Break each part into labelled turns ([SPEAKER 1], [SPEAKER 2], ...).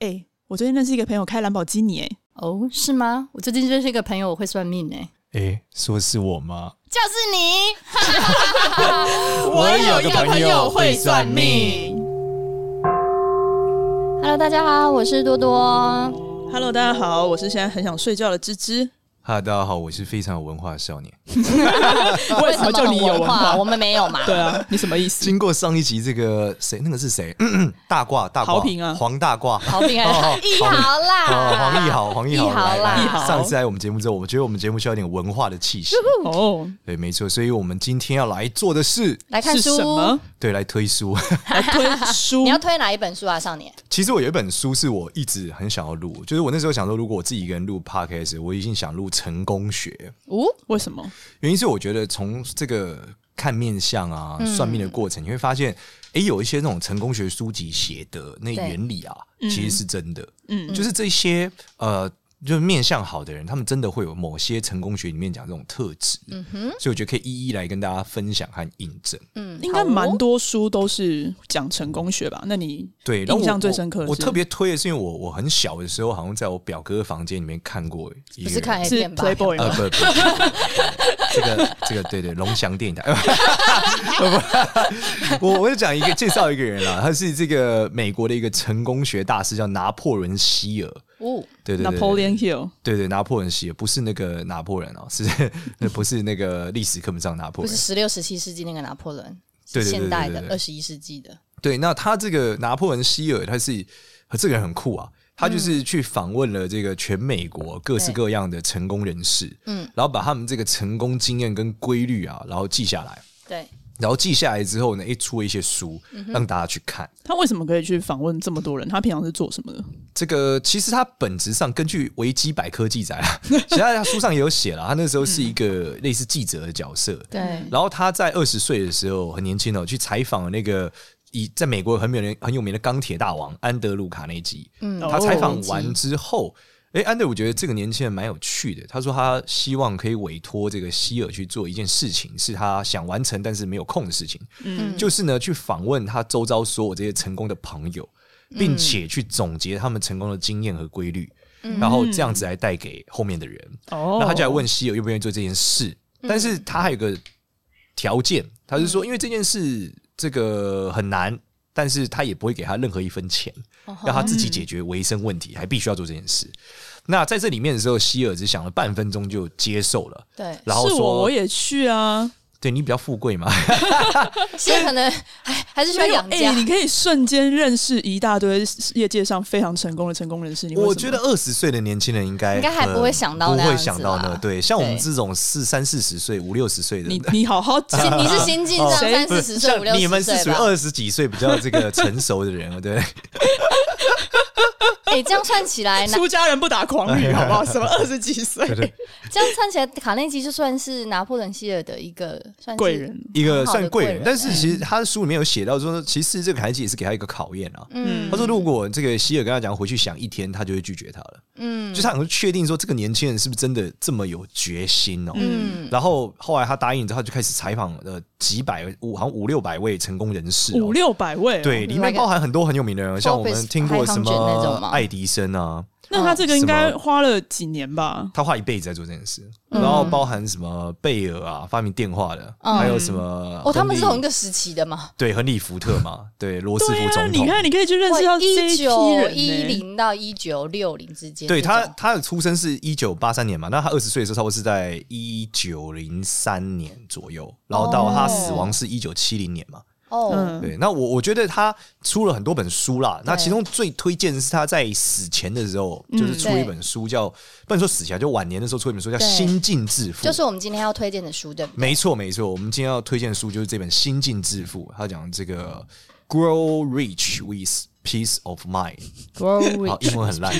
[SPEAKER 1] 哎、我最近认识一个朋友开兰博基尼、哎，
[SPEAKER 2] 哦，是吗？我最近认识一个朋友，我会算命哎、
[SPEAKER 3] 诶，说是我吗？
[SPEAKER 2] 就是你。
[SPEAKER 3] 我有个朋友会算命。
[SPEAKER 2] Hello，大家好，我是多多。
[SPEAKER 1] Hello，大家好，我是现在很想睡觉的芝 芝。
[SPEAKER 3] 哈，大家好，我是非常有文化的少年。
[SPEAKER 1] 为什么叫你有文 化？
[SPEAKER 2] 我们没有 嘛？
[SPEAKER 1] 对啊，你什么意思？
[SPEAKER 3] 经过上一集这个谁，那个是谁？ 大褂，大褂，
[SPEAKER 1] 豪平啊
[SPEAKER 3] 黄大褂，
[SPEAKER 2] 好厉害，
[SPEAKER 3] 哦
[SPEAKER 2] 一豪啦，
[SPEAKER 3] 哦，黄奕 豪，黄奕
[SPEAKER 2] 奕
[SPEAKER 3] 豪，
[SPEAKER 2] 豪
[SPEAKER 3] 来
[SPEAKER 2] 啦
[SPEAKER 3] 来
[SPEAKER 1] 奕豪
[SPEAKER 3] 上次来我们节目之后，我觉得我们节目需要一点文化的气息。
[SPEAKER 1] 哦，
[SPEAKER 3] 对，没错，所以我们今天要来做的是，
[SPEAKER 2] 来看
[SPEAKER 1] 是
[SPEAKER 2] 书
[SPEAKER 1] 什。么？
[SPEAKER 3] 对，来推书。
[SPEAKER 1] 来推书
[SPEAKER 2] 你？要推哪一本书啊，少年？
[SPEAKER 3] 其实我有一本书是我一直很想要录，就是我那时候想说，如果我自己一个人录 podcast，我已经想录成功学。
[SPEAKER 2] 哦，
[SPEAKER 1] 为什么？
[SPEAKER 3] 原因是我觉得从这个看面相啊、
[SPEAKER 1] 嗯
[SPEAKER 3] 算命的过程，你会发现，诶，有一些那种成功学书籍写的那
[SPEAKER 2] 对
[SPEAKER 3] 原理啊，
[SPEAKER 1] 嗯
[SPEAKER 3] 其实是真的。
[SPEAKER 1] 嗯
[SPEAKER 3] 就是这些呃，就是面相好的人，他们真的会有某些成功学里面讲这种特质。
[SPEAKER 2] 嗯哼，
[SPEAKER 3] 所以我觉得可以一一来跟大家分享和印证。
[SPEAKER 2] 嗯，
[SPEAKER 1] 应该
[SPEAKER 2] 好哦
[SPEAKER 1] 蛮多书都是讲成功学吧？那你
[SPEAKER 3] 对，然后
[SPEAKER 1] 印
[SPEAKER 3] 我
[SPEAKER 1] 象最深刻的
[SPEAKER 3] 我
[SPEAKER 1] 是
[SPEAKER 3] 我特别推的是因为我我很小的时候，好像在我表哥房间里面看过
[SPEAKER 2] 哦不
[SPEAKER 3] 一个
[SPEAKER 2] 是看 A
[SPEAKER 1] 是
[SPEAKER 2] 片吧？
[SPEAKER 1] Playboy
[SPEAKER 3] 呃
[SPEAKER 1] 吗？
[SPEAKER 3] 不不，不这个这个对对，龙翔电影台。 我我就讲一个介绍一个人啦，啊他是这个美国的一个成功学大师，叫拿破仑希尔。
[SPEAKER 2] 哦，
[SPEAKER 3] 对对对
[SPEAKER 1] Napoleon Hill
[SPEAKER 3] 对对，拿破仑希尔不是那个拿破仑哦，是 那不是那个历史课本上的拿
[SPEAKER 2] 不
[SPEAKER 3] 破
[SPEAKER 2] 是。
[SPEAKER 3] 仑
[SPEAKER 2] 十六、十七世纪那个拿破仑，
[SPEAKER 3] 对
[SPEAKER 2] 是
[SPEAKER 3] 对对对
[SPEAKER 2] 现代的
[SPEAKER 3] 对对
[SPEAKER 2] 二十一世纪的。
[SPEAKER 3] 对，那他这个拿破仑希尔，他是他这个人很酷啊，他就是去访问了这个全美国各式各样的成功人士，
[SPEAKER 2] 嗯
[SPEAKER 3] 嗯，然后把他们这个成功经验跟规律啊，然后记下来。
[SPEAKER 2] 对，
[SPEAKER 3] 然后记下来之后呢，诶，出了一些书
[SPEAKER 2] 嗯
[SPEAKER 3] 让大家去看。
[SPEAKER 1] 他为什么可以去访问这么多人？他平常是做什么的？
[SPEAKER 3] 这个其实它本质上根据维基百科记载啊， 其实他书上也有写了，他那时候是一个
[SPEAKER 2] 嗯
[SPEAKER 3] 类似记者的角色。
[SPEAKER 2] 对，
[SPEAKER 3] 然后他在二十岁的时候很年轻哦，去采访了那个以在美国很有名很有名的钢铁大王安德鲁卡内基。
[SPEAKER 2] 嗯
[SPEAKER 3] 他采访
[SPEAKER 2] 哦
[SPEAKER 3] 完之后，诶，安德鲁觉得这个年轻人蛮有趣的，他说他希望可以委托这个希尔去做一件事情，是他想完成但是没有空的事情。
[SPEAKER 1] 嗯
[SPEAKER 3] 就是呢，去访问他周遭所有这些成功的朋友，并
[SPEAKER 1] 嗯
[SPEAKER 3] 且去总结他们成功的经验和规律，
[SPEAKER 2] 嗯
[SPEAKER 3] 然后这样子来带给后面的人。
[SPEAKER 1] 嗯哦嗯
[SPEAKER 3] 那他就来问希尔愿不愿意做这件事，但是他还有个条件，他是说因为这件事这个很难。但是他也不会给他任何一分钱，
[SPEAKER 2] 嗯
[SPEAKER 3] 让他自
[SPEAKER 1] 哦
[SPEAKER 3] 己解决维生问题，还必须要做这件事。那在这里面的时候，希尔只想了半分钟就接受了，
[SPEAKER 2] 对，
[SPEAKER 3] 然后
[SPEAKER 1] 是我
[SPEAKER 3] 说
[SPEAKER 1] 我：“也去啊，
[SPEAKER 3] 对你比较富贵嘛，
[SPEAKER 2] 现在可能还还是需要
[SPEAKER 1] 没有
[SPEAKER 2] 养
[SPEAKER 1] 哎、
[SPEAKER 2] 家。
[SPEAKER 1] 你可以瞬间认识一大堆业界上非常成功的成功人士。你为什么
[SPEAKER 3] 我觉得二十岁的年轻人应该
[SPEAKER 2] 应该还
[SPEAKER 3] 呃
[SPEAKER 2] 不会想到那
[SPEAKER 3] 不
[SPEAKER 2] 样
[SPEAKER 3] 会
[SPEAKER 2] 子
[SPEAKER 3] 想到
[SPEAKER 2] 啦
[SPEAKER 3] 呢。对，像我们
[SPEAKER 2] 对
[SPEAKER 3] 这种四三四十岁、五六十岁的，
[SPEAKER 1] 你 你好好讲
[SPEAKER 2] 是
[SPEAKER 1] 啊，
[SPEAKER 2] 你是新进账
[SPEAKER 1] 谁
[SPEAKER 2] 三
[SPEAKER 3] 不
[SPEAKER 2] 四
[SPEAKER 3] 是
[SPEAKER 2] 十岁、
[SPEAKER 3] 像
[SPEAKER 2] 五六
[SPEAKER 3] 你们
[SPEAKER 2] 十
[SPEAKER 3] 是
[SPEAKER 2] 岁
[SPEAKER 3] 属于
[SPEAKER 2] 吧？
[SPEAKER 3] 二十几岁比较这个成熟的人，啊对不对？
[SPEAKER 2] 哎、这样算起来，拿
[SPEAKER 1] 出家人不打诳 语，好不好？什么二十几岁
[SPEAKER 2] 这样算起来，卡内基就算是拿破仑希尔的一个算是
[SPEAKER 1] 贵。人，
[SPEAKER 3] 一个
[SPEAKER 2] 很好的
[SPEAKER 3] 算
[SPEAKER 2] 贵
[SPEAKER 3] 贵人
[SPEAKER 2] 人，
[SPEAKER 3] 但是其实他的书里面有写到说，其实这个孩子也是给他一个考验啊。
[SPEAKER 2] 嗯
[SPEAKER 3] 他说，如果这个希尔跟他讲回去想一天，他就会拒绝他了。
[SPEAKER 2] 嗯
[SPEAKER 3] 就他很确定说，这个年轻人是不是真的这么有决心哦？
[SPEAKER 2] 嗯，
[SPEAKER 3] 然后后来他答应之后，他就开始采访了几百五，好像五六百位成功人士、哦，
[SPEAKER 1] 五六百位。啊
[SPEAKER 3] 对，，里面包含很多很有名的人，像我们听过什
[SPEAKER 2] Forbes 500那种
[SPEAKER 3] 么
[SPEAKER 2] 吗
[SPEAKER 3] 爱迪生啊，
[SPEAKER 1] 那他这个应该花了几年吧？
[SPEAKER 3] 他花一辈子在做这件事，然后包含什么贝尔啊，发明电话的，
[SPEAKER 2] 嗯
[SPEAKER 3] 还有什么
[SPEAKER 2] 哦，他们是
[SPEAKER 3] 亨利
[SPEAKER 2] 同一个时期的嘛？
[SPEAKER 3] 对亨利福特嘛，对罗斯
[SPEAKER 1] 对
[SPEAKER 3] 福
[SPEAKER 1] 啊，
[SPEAKER 3] 总统
[SPEAKER 1] 你，看，你可以去认识到这
[SPEAKER 2] 一
[SPEAKER 1] 一批
[SPEAKER 2] 九
[SPEAKER 1] 人、
[SPEAKER 2] 一，零到一九六零之间，
[SPEAKER 3] 对
[SPEAKER 2] 这种
[SPEAKER 3] 他他的出生是一九八三年嘛，那他二十岁的时候差不多是在一九零三年左右，然后到他死亡是一九七零年嘛。
[SPEAKER 2] 哦，
[SPEAKER 1] 嗯，
[SPEAKER 3] 对，那我我觉得他出了很多本书啦，那其中最推荐的是他在死前的时候，
[SPEAKER 2] 嗯
[SPEAKER 3] 就是出一本书叫，不能说死前，就晚年的时候出一本书叫《
[SPEAKER 2] 对
[SPEAKER 3] 心境致富》。
[SPEAKER 2] 就是我们今天要推荐的书，对不对？
[SPEAKER 3] 没错没错，我们今天要推荐的书就是这本《心境致富》，他讲这个 “Grow Rich with Peace of Mind”。好，英 文很烂。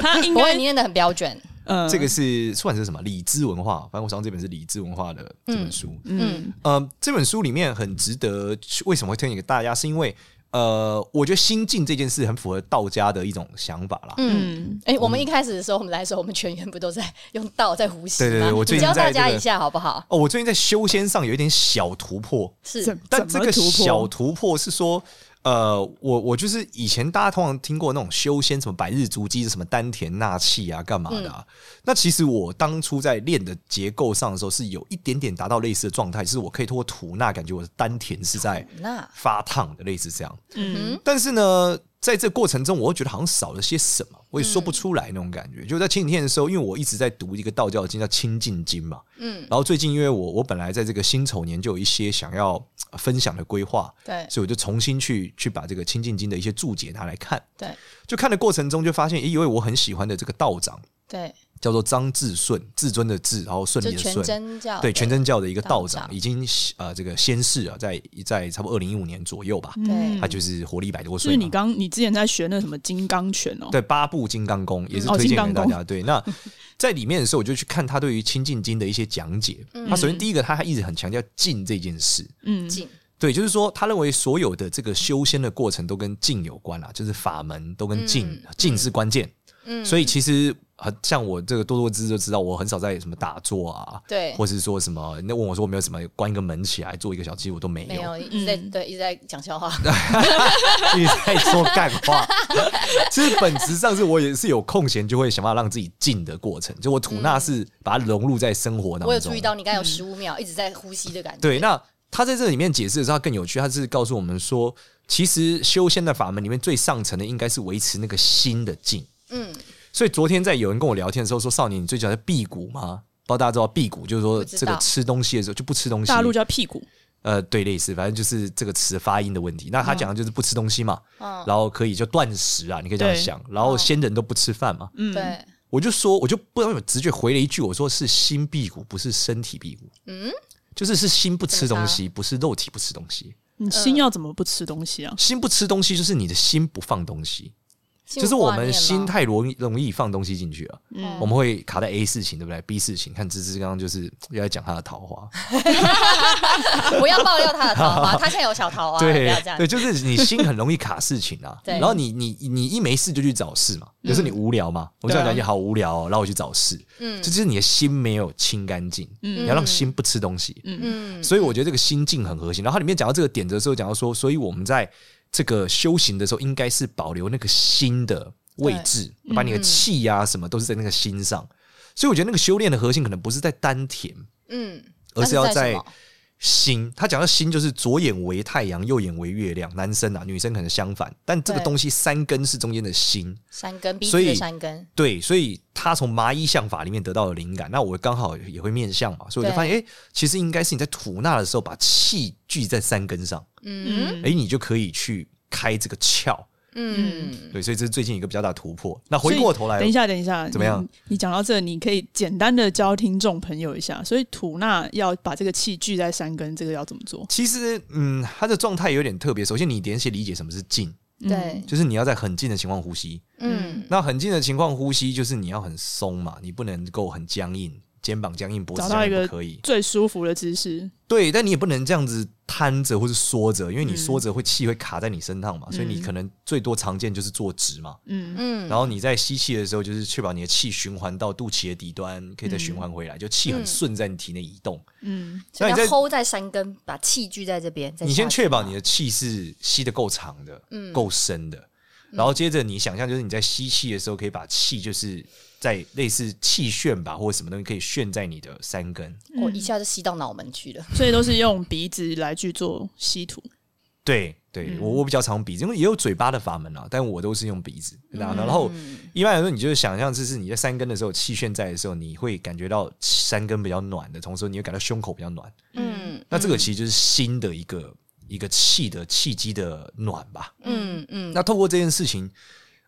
[SPEAKER 1] 他应
[SPEAKER 2] 不过
[SPEAKER 1] 该
[SPEAKER 2] 你念的很标准，
[SPEAKER 1] 嗯，
[SPEAKER 3] 这个是出版社是什么？理知文化。反正我手上这本是理知文化的这本书。
[SPEAKER 2] 嗯，
[SPEAKER 3] 呃，这本书里面很值得去，为什么会推荐给大家？是因为呃，我觉得心境这件事很符合道家的一种想法啦。
[SPEAKER 1] 嗯，
[SPEAKER 2] 哎、我们一开始的时候，我们来的时候，我们全员不都在用道在呼吸吗？
[SPEAKER 3] 对对对我最
[SPEAKER 2] 你
[SPEAKER 3] 近
[SPEAKER 2] 教大
[SPEAKER 3] 在
[SPEAKER 2] 家
[SPEAKER 3] 这个
[SPEAKER 2] 一下好不好？
[SPEAKER 3] 哦，我最近在修仙上有一点小突破，
[SPEAKER 2] 是
[SPEAKER 1] 怎
[SPEAKER 3] 但这个
[SPEAKER 1] 怎么突破
[SPEAKER 3] 小突破是说，呃，我我就是以前大家通常听过那种修仙什么百日足迹、什么丹田纳气啊，干嘛的、啊？
[SPEAKER 1] 嗯
[SPEAKER 3] 那其实我当初在练的结构上的时候，是有一点点达到类似的状态，就是我可以通过吐纳感觉我的丹田是在
[SPEAKER 2] 那
[SPEAKER 3] 发烫的，类似这样。
[SPEAKER 1] 嗯，
[SPEAKER 3] 但是呢，在这过程中，我又觉得好像少了些什么，我也说不出来那种感
[SPEAKER 2] 嗯
[SPEAKER 3] 觉。就在前几天的时候，因为我一直在读一个道教的经叫《清净经》嘛，
[SPEAKER 2] 嗯，
[SPEAKER 3] 然后最近因为我我本来在这个辛丑年就有一些想要呃分享的规划，
[SPEAKER 2] 对
[SPEAKER 3] 所以我就重新去去把这个《清净经》的一些注解拿来看。
[SPEAKER 2] 对
[SPEAKER 3] 就看的过程中，就发现，诶，一位我很喜欢的这个道长
[SPEAKER 2] 对，
[SPEAKER 3] 叫做张至顺，至尊的至，然后顺
[SPEAKER 2] 就
[SPEAKER 3] 利的
[SPEAKER 2] 全
[SPEAKER 3] 顺，
[SPEAKER 2] 真教
[SPEAKER 3] 对全真教的一个道
[SPEAKER 2] 道
[SPEAKER 3] 长，
[SPEAKER 2] 长
[SPEAKER 3] 已经呃这个仙逝啊，在在差不多二零一五年左右吧，
[SPEAKER 2] 对
[SPEAKER 3] 他就是活了一百
[SPEAKER 1] 就
[SPEAKER 3] 多
[SPEAKER 1] 嗯
[SPEAKER 3] 岁
[SPEAKER 1] 是
[SPEAKER 3] 嘛。
[SPEAKER 1] 你刚你之前在学那什么金刚拳哦，
[SPEAKER 3] 对八部金刚功也是
[SPEAKER 1] 哦
[SPEAKER 3] 推荐给
[SPEAKER 1] 金
[SPEAKER 3] 大
[SPEAKER 1] 刚
[SPEAKER 3] 家。对，那在里面的时候，我就去看他对于清净经的一些讲解。
[SPEAKER 2] 嗯
[SPEAKER 3] 他首先第一个，他一直很强调静这件事。
[SPEAKER 1] 嗯，
[SPEAKER 2] 进
[SPEAKER 3] 对，就是说，他认为所有的这个修仙的过程都跟静有关啦、啊就是法门都跟静
[SPEAKER 2] 嗯，
[SPEAKER 3] 静、是关键。
[SPEAKER 2] 嗯
[SPEAKER 3] 所以其实很像我这个多多知就知道，我很少在什么打坐啊，
[SPEAKER 2] 对
[SPEAKER 3] 或是说什么，那问我说我没有什么关一个门起来做一个小鸡，我都没有，
[SPEAKER 2] 没有一直在
[SPEAKER 1] 嗯
[SPEAKER 2] 对一直在讲笑话，
[SPEAKER 3] 一直在说干话。 其实本质上是我也是有空闲就会想办法让自己静的过程，就我吐纳是把它融入在生活当中。
[SPEAKER 2] 嗯 我有注意到你刚才有十五秒一直在呼吸的感觉，
[SPEAKER 3] 对，那他在这里面解释的时候，他更有趣，他是告诉我们说，其实修仙的法门里面最上层的应该是维持那个心的静。
[SPEAKER 2] 嗯，
[SPEAKER 3] 所以昨天在有人跟我聊天的时候说，少年你最喜欢辟谷吗？不知道大家知道辟谷就是说
[SPEAKER 2] 不知道
[SPEAKER 3] 这个吃东西的时候就不吃东西，
[SPEAKER 1] 大陆叫屁股，
[SPEAKER 3] 呃对类似，反正就是这个词发音的问题。那他讲的就是不吃东西嘛，
[SPEAKER 2] 嗯
[SPEAKER 3] 然后可以就断食啊，你可以这样想。然后仙人都不吃饭嘛，
[SPEAKER 1] 嗯，
[SPEAKER 2] 对，
[SPEAKER 3] 我就说我就不知道有直觉回了一句，我说是心辟谷，不是身体辟谷，
[SPEAKER 2] 嗯，
[SPEAKER 3] 就是是心不吃东西，不是肉体不吃东西。
[SPEAKER 1] 你
[SPEAKER 2] 嗯
[SPEAKER 1] 心要怎么不吃东西啊？
[SPEAKER 3] 心不吃东西，就是你的心不放东西，
[SPEAKER 2] 心
[SPEAKER 3] 就
[SPEAKER 2] 无
[SPEAKER 3] 是我
[SPEAKER 2] 挂
[SPEAKER 3] 们
[SPEAKER 2] 念吗
[SPEAKER 3] 心太容易容易放东西进去了。
[SPEAKER 2] 嗯
[SPEAKER 3] 我们会卡在 A 事情，对不对？B 事情，看芝芝刚刚就是又在讲她的桃花，
[SPEAKER 2] 不要爆料他的桃 花，他现在有小桃花，不
[SPEAKER 3] 对
[SPEAKER 2] 要这样
[SPEAKER 3] 对，，就是你心很容易卡事情啊。
[SPEAKER 2] 对
[SPEAKER 3] 然后你你你一没事就去找事嘛，有时候你无聊嘛，我这样讲也好无聊、哦，然后我去找事，
[SPEAKER 2] 啊嗯
[SPEAKER 3] 这就是你的心没有清干净，你要让心不吃东西，
[SPEAKER 2] 嗯，
[SPEAKER 3] 所以我觉得这个心境很核心。然后它里面讲到这个点子的时候，讲到说，所以我们在这个修行的时候，应该是保留那个心的位置，把
[SPEAKER 2] 嗯
[SPEAKER 3] 你的气呀、什么都是在那个心上。所以我觉得那个修炼的核心可能不是在丹田，
[SPEAKER 2] 嗯，
[SPEAKER 3] 而是要
[SPEAKER 2] 那
[SPEAKER 3] 在
[SPEAKER 2] 什么
[SPEAKER 3] 心。他讲到心就是左眼为太阳，右眼为月亮，男生啊，女生可能相反。但这个
[SPEAKER 2] 对
[SPEAKER 3] 东西三根是中间的心，
[SPEAKER 2] 山根鼻
[SPEAKER 3] 所
[SPEAKER 2] 子
[SPEAKER 3] 以
[SPEAKER 2] 的山根，
[SPEAKER 3] 对，所以他从麻衣相法里面得到的灵感，那我刚好也会面相嘛，所以我就发现，哎、其实应该是你在吐纳的时候把气聚在三根上，
[SPEAKER 2] 嗯
[SPEAKER 3] 哎、你就可以去开这个窍。
[SPEAKER 2] 嗯，
[SPEAKER 3] 对，所以这是最近一个比较大的突破。那回
[SPEAKER 1] 所以
[SPEAKER 3] 过头来
[SPEAKER 1] 等一，下，等一下，
[SPEAKER 3] 哎怎么样
[SPEAKER 1] 你？你讲到这，你可以简单的教听众朋友一下，所以吐纳要把这个气聚在山根，这个要怎么做？
[SPEAKER 3] 其实，嗯，他的状态有点特别。首先，你得先理解什么是静，
[SPEAKER 1] 嗯
[SPEAKER 2] 对，
[SPEAKER 3] 就是你要在很静的情况呼吸。
[SPEAKER 2] 嗯
[SPEAKER 3] 那很近的情况，呼吸就是你要很松嘛，你不能够很僵硬，肩膀僵硬，脖子
[SPEAKER 1] 找到
[SPEAKER 3] 僵
[SPEAKER 1] 一
[SPEAKER 3] 硬
[SPEAKER 1] 个
[SPEAKER 3] 不可以。
[SPEAKER 1] 最舒服的姿势，
[SPEAKER 3] 对，但你也不能这样子摊着或是缩着，因为你缩着会气会卡在你身上嘛，所以你可能最多常见就是坐直嘛。
[SPEAKER 1] 嗯，
[SPEAKER 2] 嗯，
[SPEAKER 3] 然后你在吸气的时候，就是确保你的气循环到肚脐的底端，可以再循环回来，就气很顺在你体内移动。
[SPEAKER 1] 嗯，
[SPEAKER 2] 所以
[SPEAKER 3] 那你
[SPEAKER 2] 要
[SPEAKER 3] 在
[SPEAKER 2] hold 在山根，把气聚在这边，再
[SPEAKER 3] 你先
[SPEAKER 2] 下去嗯
[SPEAKER 3] 确保你的气是吸得够长的，够深的。
[SPEAKER 2] 嗯
[SPEAKER 3] 然后接着你想象，就是你在吸气的时候，可以把气就是在类似气旋吧，或者什么东西，可以旋在你的山根。
[SPEAKER 2] 我哦一下就吸到脑门去了，
[SPEAKER 1] 所以都是用鼻子来去做吸吐。
[SPEAKER 3] 对，
[SPEAKER 2] 嗯
[SPEAKER 3] 对我我比较常用鼻子，因为也有嘴巴的法门啊，但我都是用鼻子。
[SPEAKER 2] 嗯
[SPEAKER 3] 然后然后一般来说，你就是想象，就是你在山根的时候，气旋在的时候，你会感觉到山根比较暖的，同时你会感到胸口比较暖。
[SPEAKER 2] 嗯
[SPEAKER 3] 那这个其实就是心的一个一个气的气机的暖吧。
[SPEAKER 2] 嗯嗯
[SPEAKER 3] 那透过这件事情，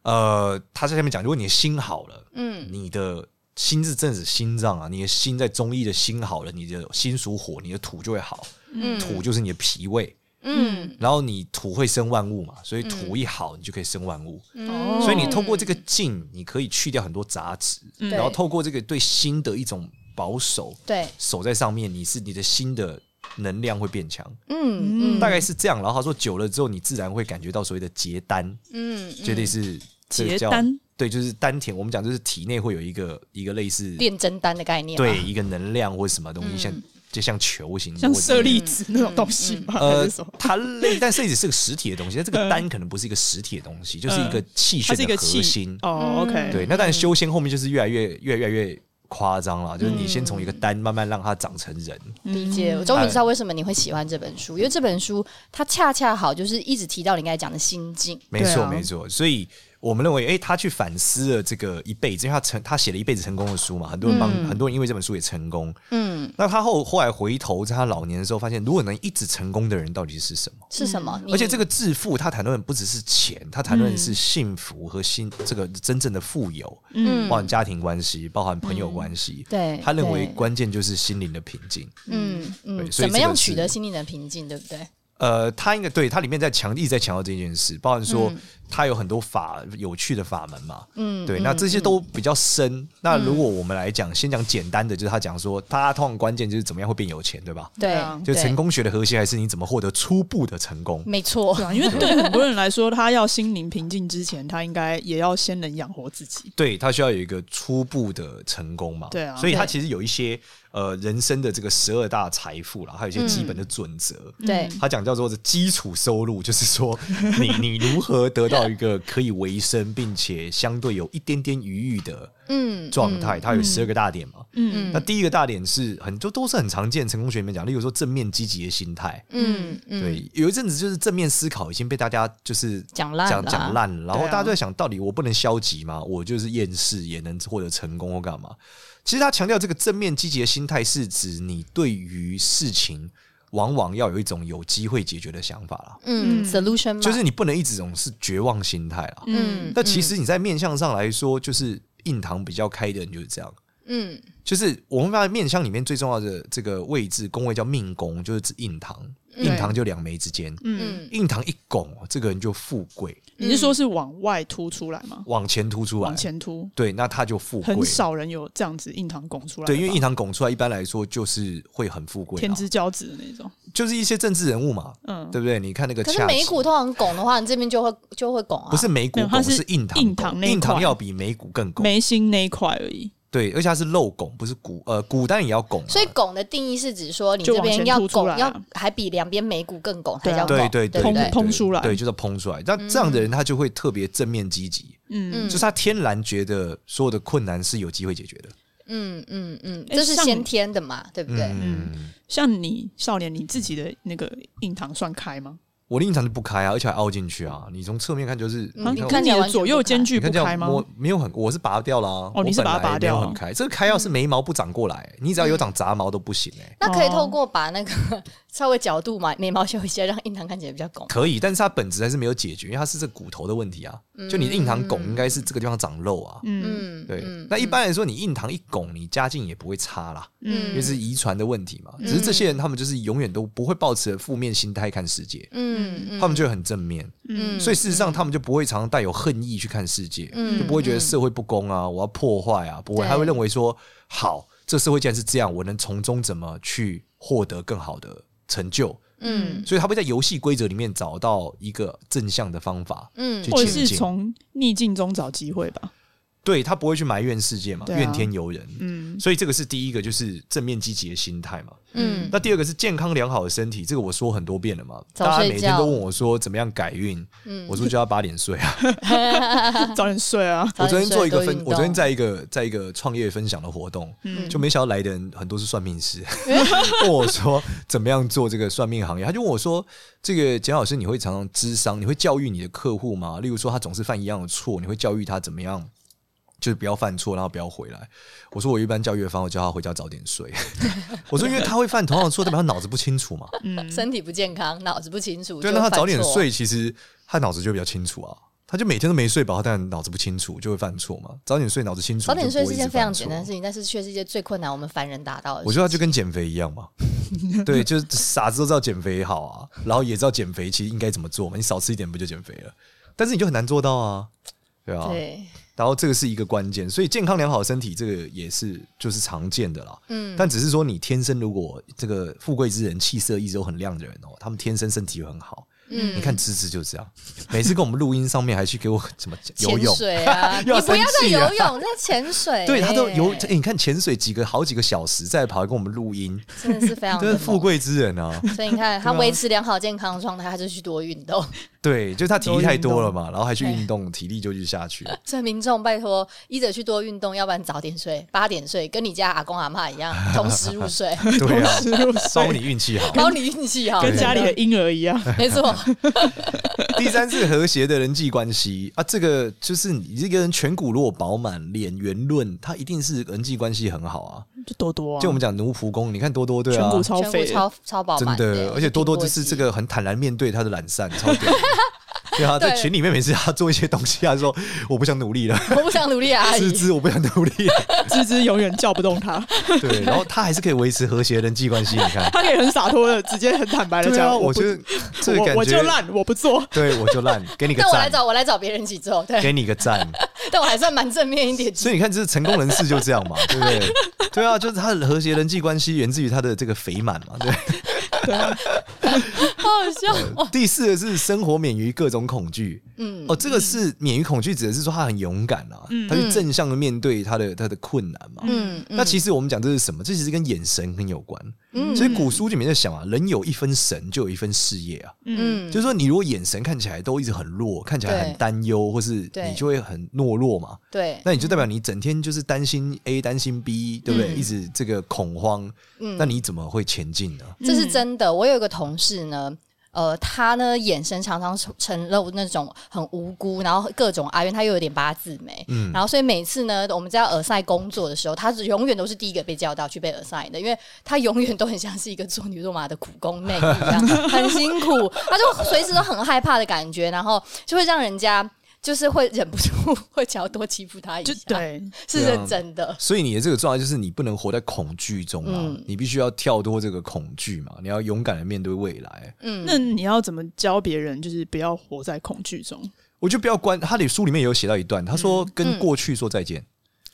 [SPEAKER 3] 呃，他在下面讲，如果你的心好了，
[SPEAKER 2] 嗯，
[SPEAKER 3] 你的心是正是心脏啊，你的心在中医的心好了，你的心属火，你的土就会好，
[SPEAKER 2] 嗯
[SPEAKER 3] 土就是你的脾胃，
[SPEAKER 2] 嗯
[SPEAKER 3] 然后你土会生万物嘛，所以土一好，你就可以生万物。
[SPEAKER 2] 嗯
[SPEAKER 3] 所以你透过这个静，你可以去掉很多杂质，
[SPEAKER 1] 嗯
[SPEAKER 3] 然后
[SPEAKER 2] 对
[SPEAKER 3] 透过这个对心的一种保守，
[SPEAKER 2] 对，
[SPEAKER 3] 守在上面，你是你的心的能量会变强，
[SPEAKER 2] 嗯嗯
[SPEAKER 3] 大概是这样。然后他说久了之后，你自然会感觉到所谓的结丹。
[SPEAKER 2] 嗯，
[SPEAKER 3] 就类似这个
[SPEAKER 1] 结
[SPEAKER 3] 叫
[SPEAKER 1] 丹
[SPEAKER 3] 对，就是丹田。我们讲就是体内会有一个一个类似
[SPEAKER 2] 练真丹的概念嘛，
[SPEAKER 3] 对一个能量或什么东西，像就像球形的
[SPEAKER 1] 像
[SPEAKER 3] 问题
[SPEAKER 1] 舍利子那种东
[SPEAKER 2] 嗯
[SPEAKER 1] 西吗？还
[SPEAKER 3] 呃
[SPEAKER 1] 是什么？，嗯
[SPEAKER 3] 它类，但设计是个实体的东西，但这个单可能不是一个实体的东西，就是一个气
[SPEAKER 1] 它
[SPEAKER 3] 旋
[SPEAKER 1] 是一个
[SPEAKER 3] 的核
[SPEAKER 1] 气
[SPEAKER 3] 心。
[SPEAKER 2] 嗯
[SPEAKER 1] 哦，OK，
[SPEAKER 3] 对，那当然修仙后面就是越来越越越来越夸张了，就是你先从一个单慢慢让它长成人。
[SPEAKER 2] 理解，我终
[SPEAKER 3] 嗯
[SPEAKER 2] 于知道为什么你会喜欢这本书，因为这本书它恰恰好就是一直提到你刚才讲的心境。
[SPEAKER 3] 没
[SPEAKER 1] 对
[SPEAKER 3] 错，
[SPEAKER 1] 啊
[SPEAKER 3] 没错。所以我们认为，哎、他去反思了这个一辈子，因为他成他写了一辈子成功的书嘛，很多人帮、很多人因为这本书也成功。
[SPEAKER 2] 嗯，
[SPEAKER 3] 那他后后来回头在他老年的时候，发现如果能一直成功的人到底是什么？
[SPEAKER 2] 是什么？
[SPEAKER 3] 而且
[SPEAKER 2] 个
[SPEAKER 3] 这个致富，他谈论的不只是钱，他谈论的是幸福和心，这个真正的富有，
[SPEAKER 2] 嗯
[SPEAKER 3] 包含家庭关系，包含朋友关系。
[SPEAKER 2] 对，
[SPEAKER 3] 他认为
[SPEAKER 2] 对
[SPEAKER 3] 关键就是心灵的平静。
[SPEAKER 2] 嗯嗯，
[SPEAKER 3] 对所
[SPEAKER 2] 怎
[SPEAKER 3] 以
[SPEAKER 2] 么
[SPEAKER 3] 这个
[SPEAKER 2] 样取
[SPEAKER 3] 是
[SPEAKER 2] 得心灵的平静，对不对？
[SPEAKER 3] 呃，他应该对他里面在强一直在强调这件事，包含说他有很多法有趣的法门嘛，
[SPEAKER 2] 嗯，
[SPEAKER 3] 对，
[SPEAKER 2] 嗯
[SPEAKER 3] 那这些都比较深。那如果我们来讲，先讲简单的，就是他讲说，他通常关键就是怎么样会变有钱，对吧？
[SPEAKER 2] 对
[SPEAKER 1] 啊，
[SPEAKER 3] 就
[SPEAKER 2] 对
[SPEAKER 3] 成，功学的核心还是你怎么获得初步的成功。
[SPEAKER 2] 没错，
[SPEAKER 1] 对啊，因为对很多人来说，他要心灵平静之前，他应该也要先能养活自己。
[SPEAKER 3] 对他需要有一个初步的成功嘛，
[SPEAKER 1] 对啊
[SPEAKER 3] 所以他
[SPEAKER 2] 对
[SPEAKER 3] 其实有一些呃人生的这个十二大财富啦，还有一
[SPEAKER 2] 嗯
[SPEAKER 3] 些基本的准则。
[SPEAKER 2] 对，
[SPEAKER 3] 他讲叫做是基础收入，就是说你你如何得到一个可以维生，并且相对有一点点余裕的
[SPEAKER 2] 嗯，
[SPEAKER 3] 状态。它有十二个大点嘛，
[SPEAKER 1] 嗯，
[SPEAKER 3] 那第一个大点是很就都是很常见，成功学里面讲，例如说正面积极的心态。
[SPEAKER 2] 嗯，嗯，嗯，
[SPEAKER 3] 对，有一阵子就是正面思考已经被大家就是
[SPEAKER 2] 讲烂
[SPEAKER 3] 讲
[SPEAKER 2] 了啊
[SPEAKER 3] 讲烂了，然后
[SPEAKER 1] 对啊
[SPEAKER 3] 大家都在想，到底我不能消极吗？我就是厌世也能获得成功或干嘛？其实他强调这个正面积极的心态，是指你对于事情往往要有一种有机会解决的想法啦，
[SPEAKER 2] 嗯，solution 嘛
[SPEAKER 3] 就是你不能一直总是绝望心态啦。
[SPEAKER 2] 嗯，
[SPEAKER 3] 那其实你在面向上来说，就是印堂比较开的人就是这样。
[SPEAKER 2] 嗯，
[SPEAKER 3] 就是我们发现面相里面最重要的这个位置，宫位叫命宫，就是指印堂，印堂就两眉之间，
[SPEAKER 2] 嗯
[SPEAKER 3] 印堂一拱，哦这个人就富贵，
[SPEAKER 1] 你是说是往外凸出来吗？
[SPEAKER 3] 往前突出来
[SPEAKER 1] 往，前凸，
[SPEAKER 3] 对，那他就富贵
[SPEAKER 1] 很。少人有这样子印堂拱出来的吧。
[SPEAKER 3] 对，因为印堂拱出来，一般来说就是会很富贵、
[SPEAKER 1] 天
[SPEAKER 3] 啊，
[SPEAKER 1] 之骄子的那种。
[SPEAKER 3] 就是一些政治人物嘛，
[SPEAKER 1] 嗯，
[SPEAKER 3] 对不对？你看那个
[SPEAKER 2] 可
[SPEAKER 3] 恰
[SPEAKER 2] 是
[SPEAKER 3] 吉，
[SPEAKER 2] 美股通常拱的话，你这边就会就会拱啊，
[SPEAKER 3] 不是美股
[SPEAKER 1] 没有它
[SPEAKER 3] 拱，
[SPEAKER 1] 是
[SPEAKER 3] 是印堂
[SPEAKER 1] 印
[SPEAKER 3] 拱，
[SPEAKER 1] 堂那一
[SPEAKER 3] 印堂
[SPEAKER 1] 块
[SPEAKER 3] 要比美股更拱，
[SPEAKER 1] 眉心那一块而已。
[SPEAKER 3] 对，而且它是漏拱，不是股，呃，股当然也要拱、啊，
[SPEAKER 2] 所以拱的定义是指说你
[SPEAKER 1] 就
[SPEAKER 2] 这
[SPEAKER 1] 往
[SPEAKER 2] 边
[SPEAKER 1] 前
[SPEAKER 2] 要
[SPEAKER 1] 凸出
[SPEAKER 2] 拱，
[SPEAKER 1] 来啊
[SPEAKER 2] 要还比两边美股更拱才
[SPEAKER 1] 对啊
[SPEAKER 2] 叫拱，
[SPEAKER 3] 对对
[SPEAKER 2] 对
[SPEAKER 3] 对，
[SPEAKER 2] 不
[SPEAKER 1] 捧
[SPEAKER 2] 对，
[SPEAKER 1] 捧出来
[SPEAKER 3] 对，就是捧出来。但这样的人他就会特别正面积极，
[SPEAKER 1] 嗯，
[SPEAKER 3] 就是他天然觉得所有的困难是有机会解决的。
[SPEAKER 2] 嗯嗯嗯，
[SPEAKER 1] 诶
[SPEAKER 2] 这是
[SPEAKER 1] 哎像
[SPEAKER 2] 先天的嘛，对不对？
[SPEAKER 3] 嗯，
[SPEAKER 1] 像你少年，你自己的那个印堂算开吗？
[SPEAKER 3] 我另一场就不开啊，而且还凹进去啊。你从侧面看就是，
[SPEAKER 2] 嗯你看
[SPEAKER 3] 看
[SPEAKER 1] 跟你
[SPEAKER 2] 起来
[SPEAKER 1] 的
[SPEAKER 2] 完全
[SPEAKER 1] 左右间距
[SPEAKER 3] 你
[SPEAKER 1] 不
[SPEAKER 3] 看这
[SPEAKER 1] 开
[SPEAKER 3] 样，
[SPEAKER 1] 吗？
[SPEAKER 3] 我没有很，我是拔掉了啊。
[SPEAKER 1] 哦你是
[SPEAKER 3] 我本来
[SPEAKER 1] 把它拔掉嗯
[SPEAKER 3] 没有很开。这个开要是眉毛不长过来，你只要有长杂毛都不行哎。
[SPEAKER 2] 那
[SPEAKER 1] 哦
[SPEAKER 2] 可以透过把那个稍微角度嘛，眉毛修一下，让印堂看起来比较拱。
[SPEAKER 3] 可以，但是它本质还是没有解决，因为它是这骨头的问题啊。就你的印堂拱应该是这个地方长肉啊。
[SPEAKER 1] 嗯
[SPEAKER 2] 嗯，
[SPEAKER 3] 对
[SPEAKER 2] 嗯，
[SPEAKER 3] 那一般来说，你印堂一拱，你家境也不会差啦。因为
[SPEAKER 2] 嗯
[SPEAKER 3] 是遗传的问题嘛。
[SPEAKER 1] 嗯
[SPEAKER 3] 只是这些人他们就是永远都不会抱持负面心态看世界，
[SPEAKER 2] 嗯嗯
[SPEAKER 3] 他们就很正面，
[SPEAKER 2] 嗯
[SPEAKER 3] 所以事实上他们就不会常常带有恨意去看世界，
[SPEAKER 2] 嗯
[SPEAKER 3] 就不会觉得社会不公啊，我要破坏啊，不会，
[SPEAKER 2] 对
[SPEAKER 3] 他会认为说，好，这社会既然是这样，我能从中怎么去获得更好的成就。
[SPEAKER 2] 嗯
[SPEAKER 3] 所以他会在游戏规则里面找到一个正向的方法，
[SPEAKER 2] 嗯
[SPEAKER 3] 就
[SPEAKER 1] 或者
[SPEAKER 3] 前
[SPEAKER 1] 是
[SPEAKER 3] 进
[SPEAKER 1] 从逆境中找机会吧。
[SPEAKER 3] 对他不会去埋怨世界嘛，
[SPEAKER 1] 对啊
[SPEAKER 3] 怨天尤人。
[SPEAKER 1] 嗯
[SPEAKER 3] 所以这个是第一个，就是正面积极的心态嘛。
[SPEAKER 2] 嗯，
[SPEAKER 3] 那第二个是健康良好的身体，这个我说很多遍了嘛，
[SPEAKER 2] 早
[SPEAKER 3] 大家
[SPEAKER 2] 睡
[SPEAKER 3] 每天
[SPEAKER 2] 觉
[SPEAKER 3] 都问我说怎么样改运，
[SPEAKER 2] 嗯
[SPEAKER 3] 我说就要八点睡啊。
[SPEAKER 1] 早点睡 啊。
[SPEAKER 2] 早
[SPEAKER 3] 我
[SPEAKER 2] 点
[SPEAKER 3] 昨天做一个
[SPEAKER 2] 睡
[SPEAKER 3] 分
[SPEAKER 2] 多运，动
[SPEAKER 3] 我昨天在一个在一个创业分享的活动，
[SPEAKER 1] 嗯
[SPEAKER 3] 就没想到来的人很多是算命师，
[SPEAKER 2] 嗯
[SPEAKER 3] 问我说怎么样做这个算命行业，他就问我说，这个简老师你会常常智商，你会教育你的客户吗？例如说他总是犯一样的错，你会教育他怎么样？就是不要犯错，然后不要回来。我说我一般教育的方法，我叫他回家早点睡。 我说因为他会犯同样的错，代表他脑子不清楚嘛。
[SPEAKER 2] 身体不健康，脑子不清楚，嗯
[SPEAKER 3] 对，
[SPEAKER 2] 就
[SPEAKER 3] 那
[SPEAKER 2] 会
[SPEAKER 3] 他
[SPEAKER 2] 犯
[SPEAKER 3] 早点
[SPEAKER 2] 错啊
[SPEAKER 3] 睡，其实他脑子就比较清楚啊。他就每天都没睡饱，他当然脑子不清楚，就会犯错嘛。早点睡，脑子清楚。
[SPEAKER 2] 早点睡
[SPEAKER 3] 就不
[SPEAKER 2] 是一
[SPEAKER 3] 会一直
[SPEAKER 2] 件非常
[SPEAKER 3] 犯
[SPEAKER 2] 简单的
[SPEAKER 3] 错。
[SPEAKER 2] 事情，但是却是一件最困难我们凡人达到的
[SPEAKER 3] 我
[SPEAKER 2] 事。
[SPEAKER 3] 觉得他就跟减肥一 样嘛，对，就是傻子都知道减肥好啊，然后也知道减肥其实应该怎么做嘛，你少吃一点不就减肥了？但是你就很难做到啊，对啊。
[SPEAKER 2] 对，
[SPEAKER 3] 然后这个是一个关键，所以健康良好的身体这个也是就是常见的啦。
[SPEAKER 2] 嗯
[SPEAKER 3] 但只是说你天生如果这个富贵之人气色一直都很亮的人哦，他们天生身体会很好，
[SPEAKER 2] 嗯
[SPEAKER 3] 你看芝芝就这样，每次跟我们录音上面还去给我怎么讲游
[SPEAKER 2] 潜
[SPEAKER 3] 泳，
[SPEAKER 2] 水 啊，你
[SPEAKER 3] 又要
[SPEAKER 2] 不要
[SPEAKER 3] 生
[SPEAKER 2] 再
[SPEAKER 3] 气
[SPEAKER 2] 游
[SPEAKER 3] 了
[SPEAKER 2] 泳，在潜水。欸
[SPEAKER 3] 对他都游，哎你看潜水几个好几个小时再跑来跟我们录音，
[SPEAKER 2] 真的是非常
[SPEAKER 3] 真
[SPEAKER 2] 的
[SPEAKER 3] 是富
[SPEAKER 2] 猛。
[SPEAKER 3] 贵之人啊！
[SPEAKER 2] 所以你 看，他维持良好健康的状态，他就去多运动。
[SPEAKER 3] 对，就是他体力太多了嘛，然后还去运动，体力就去下去了。
[SPEAKER 2] 所以民众拜托，一者去多运动，要不然早点睡，八点睡，跟你家阿公阿妈一样，同时入 睡，
[SPEAKER 3] 对啊，
[SPEAKER 1] 入睡
[SPEAKER 3] 双你运气 好。
[SPEAKER 2] 然后你运气好，
[SPEAKER 1] 跟家里的
[SPEAKER 2] 真
[SPEAKER 1] 婴儿一样。
[SPEAKER 2] 没错，
[SPEAKER 3] 第三是和谐的人际关系啊，这个就是你一个人颧骨如果饱满，脸圆润，他一定是人际关系很好啊。
[SPEAKER 1] 就多多啊，
[SPEAKER 3] 就我们讲奴仆宫，你看多多对啊
[SPEAKER 1] 颧，骨超
[SPEAKER 2] 全部
[SPEAKER 1] 肥的，
[SPEAKER 2] 超超饱
[SPEAKER 3] 真
[SPEAKER 2] 满
[SPEAKER 3] 的，而且多多就是这，个很坦然面对他的懒散，超屌。对啊，在
[SPEAKER 2] 对
[SPEAKER 3] 群里面每次他做一些东西，他说我不想努力了，
[SPEAKER 2] 我不想努力啊， 阿
[SPEAKER 3] 芝
[SPEAKER 2] 姨，
[SPEAKER 3] 芝我不想努力了。
[SPEAKER 1] 芝芝永远叫不动他，
[SPEAKER 3] 对，然后他还是可以维持和谐人际关系，你看。
[SPEAKER 1] 他可以很洒脱的，直接很坦白的
[SPEAKER 3] 对
[SPEAKER 1] 讲，
[SPEAKER 3] 啊，我
[SPEAKER 1] 不
[SPEAKER 3] 觉得这个感
[SPEAKER 1] 我我就
[SPEAKER 3] 觉，
[SPEAKER 1] 烂，我不做。
[SPEAKER 3] 对我就烂，给你个
[SPEAKER 2] 但我来
[SPEAKER 3] 赞，
[SPEAKER 2] 找我来找别人一起做，对，
[SPEAKER 3] 给你个 赞。
[SPEAKER 2] 但我还算蛮正面一点，
[SPEAKER 3] 所以你看，这成功人士就 这样嘛，对不对？对啊，就是他的和谐人际关系源自于他的这个肥满嘛，对。
[SPEAKER 2] 好好笑哦。
[SPEAKER 3] 第四个是生活免于各种恐惧，
[SPEAKER 2] 嗯，
[SPEAKER 3] 哦，这个是免于恐惧，指的是说他很勇敢啊，他是正向的面对他的他的困难嘛。
[SPEAKER 2] 嗯
[SPEAKER 3] 那其实我们讲这是什么？这其实跟眼神很有关。
[SPEAKER 2] 嗯
[SPEAKER 3] 所以古书里面在想啊，人有一分神，就有一分事业啊。
[SPEAKER 2] 嗯
[SPEAKER 3] 就是说，你如果眼神看起来都一直很弱，看起来很
[SPEAKER 2] 对
[SPEAKER 3] 担忧，或是
[SPEAKER 2] 对嗯
[SPEAKER 3] 你就会很懦弱嘛。
[SPEAKER 2] 对，
[SPEAKER 3] 那你就代表你整天就是担心 A，担心 B，对不
[SPEAKER 2] 嗯
[SPEAKER 3] 对？一直这个恐慌，
[SPEAKER 2] 嗯
[SPEAKER 3] 那你怎么会前进呢？
[SPEAKER 2] 这是真的。我有一个同事呢。呃，他呢眼神常常呈露那种很无辜，然后各种哀怨，他又有点八字眉，
[SPEAKER 3] 嗯
[SPEAKER 2] 然后所以每次呢，我们在耳塞工作的时候，他是永远都是第一个被叫到去被耳塞的，因为他永远都很像是一个做牛做马的苦工妹一 样，很辛苦，他就随时都很害怕的感觉，然后就会让人家就是会忍不住 会想要多欺负他一
[SPEAKER 1] 就
[SPEAKER 2] 下，，
[SPEAKER 1] 对，
[SPEAKER 2] 是
[SPEAKER 3] 对啊
[SPEAKER 2] 认真的，
[SPEAKER 3] 所以你的这个状态就是你不能活在恐惧中啊，
[SPEAKER 2] 嗯
[SPEAKER 3] 你必须要跳脱这个恐惧嘛，你要勇敢的面对未来。
[SPEAKER 2] 嗯，
[SPEAKER 1] 那你要怎么教别人，就是不要活在恐惧中？
[SPEAKER 3] 我就不要关他的书里面有写到一段，他说跟
[SPEAKER 2] 嗯
[SPEAKER 3] 过去说再见，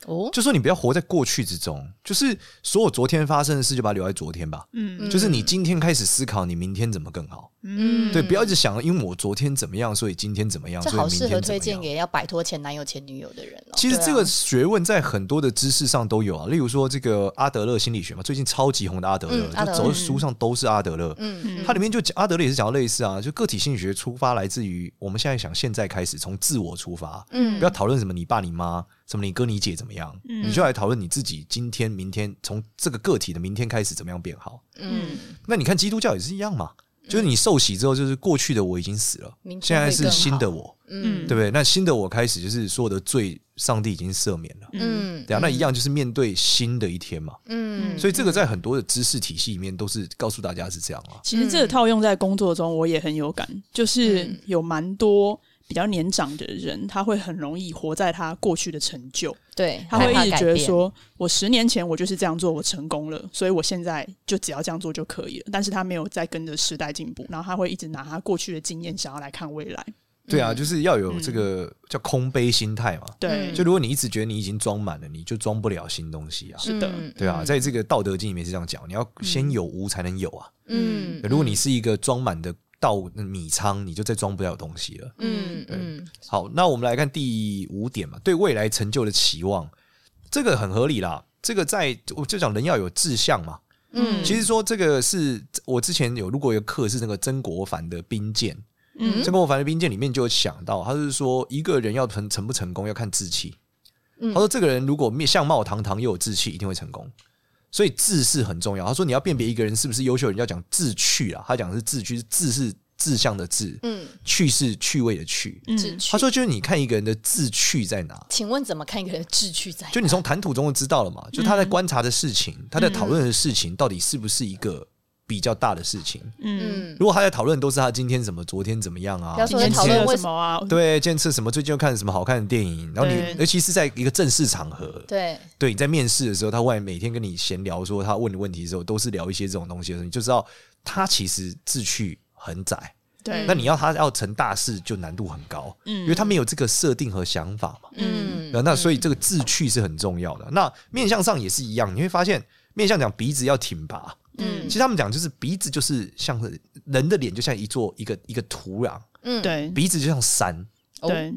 [SPEAKER 2] 哦，
[SPEAKER 3] 就说你不要活在过去之中，就是所有昨天发生的事就把它留在昨天吧。
[SPEAKER 1] 嗯
[SPEAKER 3] 就是你今天开始思考，你明天怎么更好？
[SPEAKER 2] 嗯
[SPEAKER 3] 对，不要一直想，因为我昨天怎么样，所以今天怎么样，
[SPEAKER 2] 这
[SPEAKER 3] 所以
[SPEAKER 2] 好
[SPEAKER 3] 明
[SPEAKER 2] 适
[SPEAKER 3] 天
[SPEAKER 2] 合
[SPEAKER 3] 怎
[SPEAKER 2] 推
[SPEAKER 3] 么
[SPEAKER 2] 荐
[SPEAKER 3] 样。
[SPEAKER 2] 给要哦摆脱前男友、前女友的人哦。
[SPEAKER 3] 其实
[SPEAKER 2] 对啊
[SPEAKER 3] 这个学问在很多的知识上都有啊，例如说这个阿德勒心理学嘛，最近超级红的阿德勒，
[SPEAKER 2] 嗯阿德勒
[SPEAKER 3] 就走在书上都是阿德勒。
[SPEAKER 2] 嗯
[SPEAKER 3] 它里面就讲阿德勒也是讲到类似啊，就个体心理学出发来自于我们现在想现在开始从自我出发，
[SPEAKER 2] 嗯
[SPEAKER 3] 不要讨论什么你爸你妈，什么你哥你姐怎么样，你就来讨论你自己今天明天从这个个体的明天开始怎么样变好。
[SPEAKER 2] 嗯，
[SPEAKER 3] 那你看基督教也是一样嘛，就是你受洗之后，就是过去的我已经死了
[SPEAKER 2] 明，天
[SPEAKER 3] 现
[SPEAKER 2] 会
[SPEAKER 3] 在
[SPEAKER 2] 更
[SPEAKER 3] 是
[SPEAKER 2] 好
[SPEAKER 3] 新的我，
[SPEAKER 2] 嗯
[SPEAKER 1] 嗯
[SPEAKER 3] 对不对？那新的我开始就是所有的罪，上帝已经赦免了，
[SPEAKER 2] 嗯，
[SPEAKER 3] 对啊，那一样就是面对新的一天嘛。
[SPEAKER 2] 嗯，
[SPEAKER 3] 所以这个在很多的知识体系里面都是告诉大家是这样啊。
[SPEAKER 1] 其实这个套用在工作中，我也很有感，就是
[SPEAKER 2] 嗯
[SPEAKER 1] 有蛮多比较年长的人，他会很容易活在他过去的成就，
[SPEAKER 2] 对，
[SPEAKER 1] 他会
[SPEAKER 2] 害怕
[SPEAKER 1] 一直
[SPEAKER 2] 改
[SPEAKER 1] 觉得
[SPEAKER 2] 变，
[SPEAKER 1] 说，我十年前我就是这样做，我成功了，所以我现在就只要这样做就可以了。但是他没有在跟着时代进步，然后他会一直拿他过去的经验想要来看未来。
[SPEAKER 3] 对啊，就是要有这个叫空杯心态嘛。
[SPEAKER 1] 对，
[SPEAKER 2] 嗯
[SPEAKER 3] 就如果你一直觉得你已经装满了，你就装不了新东西啊。
[SPEAKER 1] 是的
[SPEAKER 2] 嗯
[SPEAKER 3] 对啊，在这个《道德经》里面是这样讲，你要先有无才能有啊。
[SPEAKER 2] 嗯，
[SPEAKER 3] 如果你是一个装满的稻米仓，你就再装不了东西了。
[SPEAKER 2] 嗯嗯
[SPEAKER 3] 好，那我们来看第五点嘛，对未来成就的期望，这个很合理啦。这个在我就讲人要有志向嘛。
[SPEAKER 2] 嗯，
[SPEAKER 3] 其实说这个是我之前有如果有课是那个曾国藩的兵谏，
[SPEAKER 1] 嗯
[SPEAKER 3] 曾国藩的兵谏里面就有想到，他是说一个人要成成不成功要看志气。
[SPEAKER 2] 嗯
[SPEAKER 3] 他说这个人如果面相貌堂堂又有志气，一定会成功。所以志是很重要。他说你要辨别一个人是不是优秀人，要讲志趣啊。他讲的是志趣，志是志向的志，
[SPEAKER 2] 嗯，
[SPEAKER 3] 趣是趣味的趣。
[SPEAKER 2] 志
[SPEAKER 1] 嗯，
[SPEAKER 2] 趣
[SPEAKER 3] 他，说就是你看一个人的志趣在哪，
[SPEAKER 2] 请问怎么看一个人的志趣在？
[SPEAKER 3] 就你从谈吐中就知道了
[SPEAKER 2] 嗯
[SPEAKER 3] 嘛。就他在观察的事情，他在讨论的事情，到底是不是一个比较大的事情？
[SPEAKER 1] 嗯，
[SPEAKER 2] 嗯，
[SPEAKER 3] 如果他在讨论都是他今天怎么，昨天怎么样啊，
[SPEAKER 2] 不要
[SPEAKER 1] 今
[SPEAKER 2] 说
[SPEAKER 1] 天
[SPEAKER 3] 今天
[SPEAKER 2] 在讨
[SPEAKER 1] 吃
[SPEAKER 2] 论
[SPEAKER 1] 了
[SPEAKER 2] 为
[SPEAKER 1] 什么啊？
[SPEAKER 3] 对，今天吃什么？最近又看了什么好看的电影？然后
[SPEAKER 1] 对
[SPEAKER 3] 你，尤其是在一个正式场合，
[SPEAKER 2] 对，
[SPEAKER 3] 对，你在面试的时候，他外每天跟你闲聊说他问你问题的时候，都是聊一些这种东西的时候，你就知道他其实志趣很窄。
[SPEAKER 1] 对，
[SPEAKER 3] 那你要他要成大事，就难度很高，
[SPEAKER 1] 嗯
[SPEAKER 3] 因为他没有这个设定和想法嘛。
[SPEAKER 2] 嗯，
[SPEAKER 3] 那所以这个志趣是很重要的。那面相上也是一样，你会发现面相讲鼻子要挺拔，
[SPEAKER 2] 嗯
[SPEAKER 3] 其实他们讲就是鼻子就是像是人的脸，就像一座一个一个土壤，
[SPEAKER 2] 嗯，
[SPEAKER 1] 对
[SPEAKER 3] 鼻子就像山，
[SPEAKER 2] 哦
[SPEAKER 1] 对，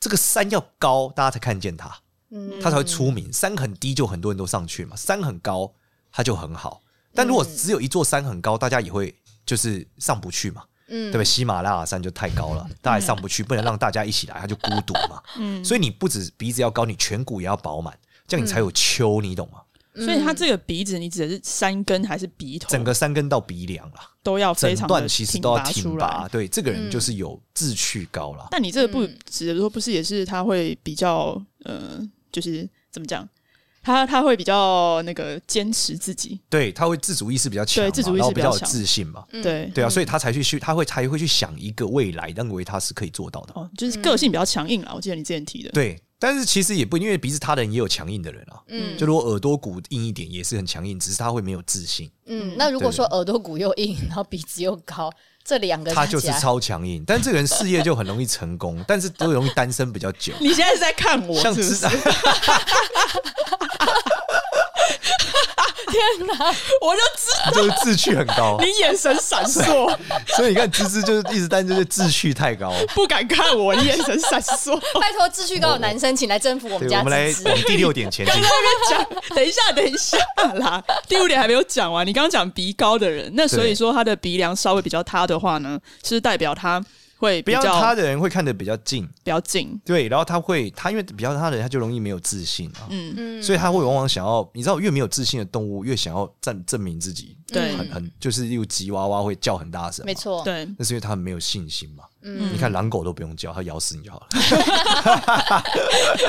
[SPEAKER 3] 这个山要高，大家才看见它，
[SPEAKER 2] 嗯
[SPEAKER 3] 它才会出名。山很低，就很多人都上去嘛；山很高，它就很好。但如果只有一座山很高，大家也会就是上不去嘛，
[SPEAKER 2] 嗯
[SPEAKER 3] 对不对？喜马拉雅山就太高了，大家也上不去，不能让大家一起来，它就孤独嘛。
[SPEAKER 1] 嗯，
[SPEAKER 3] 所以你不止鼻子要高，你颧骨也要饱满，这样你才有秋，你懂吗？
[SPEAKER 1] 所以它这个鼻子，你指的是山根还是鼻头？
[SPEAKER 3] 整个山根到鼻梁啦，
[SPEAKER 1] 都要嗯哦非
[SPEAKER 3] 整
[SPEAKER 1] 常
[SPEAKER 3] 段
[SPEAKER 1] 的
[SPEAKER 3] 其实都要
[SPEAKER 1] 拔
[SPEAKER 3] 挺
[SPEAKER 1] 出
[SPEAKER 3] 拔。
[SPEAKER 1] 来。嗯
[SPEAKER 3] 对，这个人就是有志趣高啦。
[SPEAKER 1] 但你这个不
[SPEAKER 2] 嗯
[SPEAKER 1] 指的说，不是也是它会比较呃，就是怎么讲？它它会比较那个坚持自己，
[SPEAKER 3] 对，他会自主意识比较强嘛，
[SPEAKER 1] 对自主意识
[SPEAKER 3] 然后比
[SPEAKER 1] 比较
[SPEAKER 3] 较有
[SPEAKER 1] 强
[SPEAKER 3] 自信嘛。
[SPEAKER 2] 嗯
[SPEAKER 1] 对
[SPEAKER 3] 对啊，所以他才去去，他会才会去想一个未来，认为他是可以做到的。
[SPEAKER 1] 哦，就是个性比较强硬啦。我记得你之前提的，
[SPEAKER 3] 对，但是其实也不因为鼻子他人也有强硬的人啊，
[SPEAKER 2] 嗯
[SPEAKER 3] 就如果耳朵骨硬一点也是很强硬，只是他会没有自信，
[SPEAKER 2] 嗯，那如果说耳朵骨又硬，然后鼻子又高，这两个
[SPEAKER 3] 他
[SPEAKER 2] 加
[SPEAKER 3] 就
[SPEAKER 2] 起
[SPEAKER 3] 是
[SPEAKER 2] 来
[SPEAKER 3] 超强硬。但这个人事业就很容易成功，但是都容易单身比较久。
[SPEAKER 1] 你现在是在看我
[SPEAKER 3] 像
[SPEAKER 1] 是不
[SPEAKER 3] 知
[SPEAKER 1] 是？
[SPEAKER 3] 道，
[SPEAKER 1] 我就知
[SPEAKER 3] 就是志趣很高，
[SPEAKER 1] 你眼神闪 烁，
[SPEAKER 3] 所以你看芝芝就是一直单身，就是志趣太高。
[SPEAKER 1] 不敢看我，你眼神闪烁。
[SPEAKER 2] 拜托志趣高的男生，请来征服我们
[SPEAKER 3] 对，
[SPEAKER 2] 家
[SPEAKER 3] 我们来
[SPEAKER 2] 芝芝
[SPEAKER 3] 我们第六点前进。
[SPEAKER 1] 讲，等一下，等一下啦，第五点还没有讲完。你刚刚讲鼻高的人，那所以说他的鼻梁稍微比较塌的话呢，是代表他会
[SPEAKER 3] 不
[SPEAKER 1] 比
[SPEAKER 3] 要
[SPEAKER 1] 较
[SPEAKER 3] 他的人会看得比较近，
[SPEAKER 1] 比较近，
[SPEAKER 3] 对，然后他会他因为比较他的人他就容易没有自信啊，
[SPEAKER 1] 嗯，
[SPEAKER 2] 嗯
[SPEAKER 3] 所以他会往往想要，你知道，越没有自信的动物越想要证证明自己，
[SPEAKER 1] 对
[SPEAKER 3] 很很就是例如吉娃娃会叫很大声，
[SPEAKER 2] 嗯没，错，
[SPEAKER 1] 对，
[SPEAKER 3] 那是因为它没有信心嘛。
[SPEAKER 2] 嗯
[SPEAKER 3] 你看狼狗都不用叫，它咬死你就好了。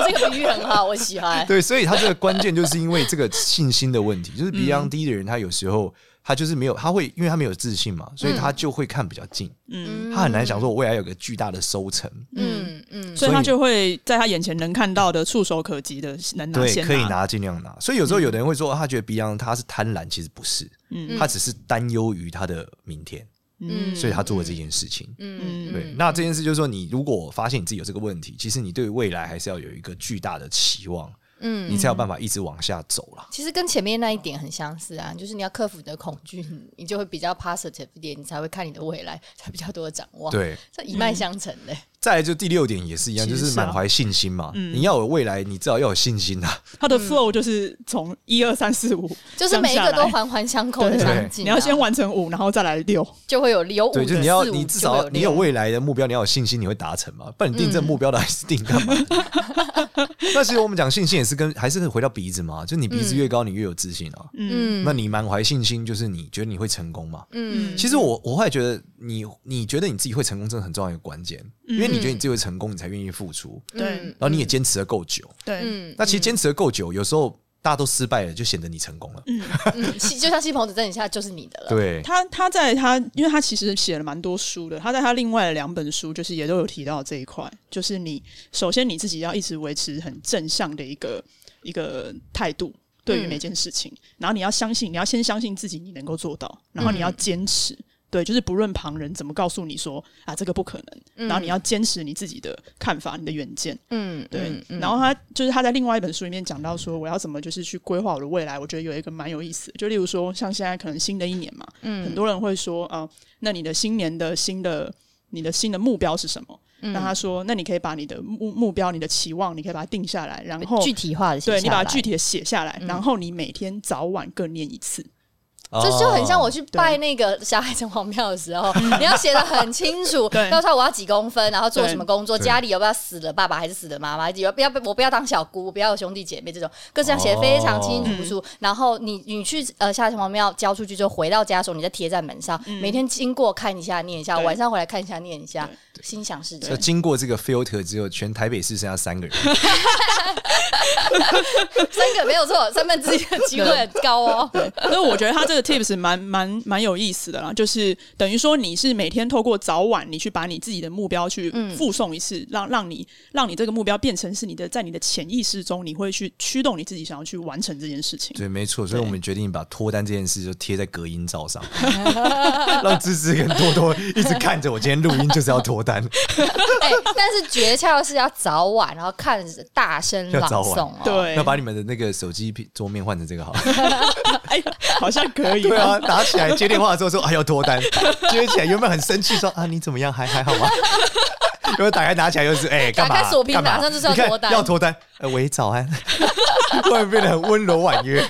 [SPEAKER 2] 这个比喻很好，我喜欢。
[SPEAKER 3] 对，所以它这个关键就是因为这个信心的问题， 就是鼻梁低的人，他有时候他就是没有，他会因为他没有自信嘛，所以他就会看比较近，
[SPEAKER 1] 嗯，
[SPEAKER 2] 嗯
[SPEAKER 3] 他很难想说我未来有个巨大的收成，
[SPEAKER 2] 嗯嗯
[SPEAKER 1] 所以
[SPEAKER 3] 所以
[SPEAKER 1] 他就会在他眼前能看到的、触手可及的，能拿
[SPEAKER 3] 对
[SPEAKER 1] 先，
[SPEAKER 3] 可以，拿尽量拿。所以有时候有的人会说，他觉得鼻梁他是贪婪，其实不是，
[SPEAKER 1] 嗯
[SPEAKER 3] 他只是担忧于他的明天，
[SPEAKER 2] 嗯
[SPEAKER 3] 所以他做了这件事情。
[SPEAKER 2] 嗯
[SPEAKER 3] 对，那这件事就是说，你如果发现你自己有这个问题，其实你对未来还是要有一个巨大的期望，
[SPEAKER 2] 嗯，
[SPEAKER 3] 你才有办法一直往下走啦。
[SPEAKER 2] 其实跟前面那一点很相似啊，就是你要克服你的恐惧，你就会比较 positive 一点，你才会看你的未来，才比较多的展望。，
[SPEAKER 3] 对，
[SPEAKER 2] 这一脉相承的。
[SPEAKER 3] 再来就第六点也是一样，
[SPEAKER 1] 其
[SPEAKER 3] 就
[SPEAKER 1] 实
[SPEAKER 3] 是
[SPEAKER 1] 是啊
[SPEAKER 3] 满怀信心嘛。
[SPEAKER 1] 嗯
[SPEAKER 3] 你要有未来，你至少要有信心啊。
[SPEAKER 1] 他的 flow 就是从一二三四五，
[SPEAKER 2] 就是每一个
[SPEAKER 1] 这样下
[SPEAKER 2] 都
[SPEAKER 1] 来
[SPEAKER 2] 环环相扣的
[SPEAKER 1] 对
[SPEAKER 2] 相近啊、
[SPEAKER 1] 你要先完成五，然后再来六，
[SPEAKER 2] 就会有有五
[SPEAKER 3] 对，
[SPEAKER 2] 的
[SPEAKER 3] 就是你要
[SPEAKER 2] 四五
[SPEAKER 3] 你至
[SPEAKER 2] 就会
[SPEAKER 3] 少你有
[SPEAKER 2] 六
[SPEAKER 3] 未来的目标，你要有信心，你会达成嘛。不然你定这目标的还是定干嘛？
[SPEAKER 2] 嗯
[SPEAKER 3] 那其实我们讲信心也是跟还是回到鼻子嘛，就你鼻子越高，你越有自信啊。
[SPEAKER 1] 嗯
[SPEAKER 2] 嗯
[SPEAKER 3] 那你满怀信心，就是你觉得你会成功嘛？
[SPEAKER 2] 嗯
[SPEAKER 3] 其实我我后来觉得你，你觉得你自己会成功，真的很重要一个关键，因为
[SPEAKER 1] 嗯
[SPEAKER 3] 你觉得你自己会成功，你才愿意付出，
[SPEAKER 1] 对
[SPEAKER 2] 嗯
[SPEAKER 3] 然后你也坚持的够久。
[SPEAKER 1] 对，
[SPEAKER 2] 嗯
[SPEAKER 3] 那其实坚持的够久，有时候大家都失败了，就显得你成功了。
[SPEAKER 2] 嗯其就像西棚子证一下就是你的了。
[SPEAKER 3] 对，
[SPEAKER 1] 他他在他，因为他其实写了蛮多书的，他在他另外的两本书就是也都有提到这一块，就是你首先你自己要一直维持很正向的一个一个态度。对于
[SPEAKER 2] 嗯
[SPEAKER 1] 每件事情，然后你要相信，你要先相信自己，你能够做到，然后你
[SPEAKER 2] 嗯
[SPEAKER 1] 要坚持，对，就是不论旁人怎么告诉你说啊这个不可能，然后你要坚持你自己的看法、你的远见，
[SPEAKER 2] 嗯，
[SPEAKER 1] 对，
[SPEAKER 2] 嗯嗯
[SPEAKER 1] 然后他就是他在另外一本书里面讲到说，我要怎么就是去规划我的未来，我觉得有一个蛮有意思的，就例如说像现在可能新的一年嘛，
[SPEAKER 2] 嗯
[SPEAKER 1] 很多人会说啊、呃那你的新年的新的你的新的目标是什么？
[SPEAKER 2] 嗯
[SPEAKER 1] 那他说，那你可以把你的目目标、你的期望，你可以把它定下来，然后
[SPEAKER 2] 具体化的，
[SPEAKER 1] 对你把它具
[SPEAKER 2] 体，
[SPEAKER 1] 体的写下来，然后你每天早晚各念一次，
[SPEAKER 2] 这就很像我
[SPEAKER 3] 哦。
[SPEAKER 2] 去拜那个小海城隍庙的时候， 你要写的很清楚，
[SPEAKER 1] 对
[SPEAKER 2] 告诉他我要几公分，然后做
[SPEAKER 1] 对
[SPEAKER 2] 什么工作，
[SPEAKER 3] 对
[SPEAKER 2] 家里有不要死了爸爸还是死了妈妈，有不要我不要当小姑，我不要有兄弟姐妹这种，各自要写得非常清清楚楚。然后你你去呃小海城隍庙交出去之后，回到家的时候，你再贴在门上，每天经过看一下念一下，
[SPEAKER 1] 对
[SPEAKER 2] 晚上回来看一下念一下，心想事
[SPEAKER 3] 就
[SPEAKER 2] 成。
[SPEAKER 3] 经过这个 filter 之后，全台北市剩下三 个人，
[SPEAKER 2] 三个没有错，三分之一的机会很高哦。
[SPEAKER 1] 所以我觉得他这个 tips 蛮蛮蛮有意思的啦，就是等于说你是每天透过早晚，你去把你自己的目标去附送一次，让让你让你这个目标变成是你的在你的潜意识中，你会去驱动你自己想要去完成这件事情。
[SPEAKER 3] 对，没错。所以我们决定把脱单这件事就贴在隔音 罩上，让芝芝跟多多一直看着我。今天录音就是要脱单，
[SPEAKER 2] 哎、但是诀窍是要早晚，然后看着大声朗
[SPEAKER 3] 要早
[SPEAKER 2] 诵
[SPEAKER 3] 晚
[SPEAKER 2] 哦。，
[SPEAKER 1] 对
[SPEAKER 3] 那，把你们的那个手机桌面换成这个好了。
[SPEAKER 1] 哎呀，好像可可以
[SPEAKER 3] 对啊，打起来接电话的时候说：“哎，要脱单。”接起来原本很生气说：“啊，你怎么样？还还好吗？”然后打开拿起来又是：“哎，干
[SPEAKER 2] 打
[SPEAKER 3] 嘛
[SPEAKER 2] 开锁？屏
[SPEAKER 3] 干嘛
[SPEAKER 2] 马上就是要脱单
[SPEAKER 3] 你看要脱单。”呃，喂，早安。 突然变得很温柔婉约，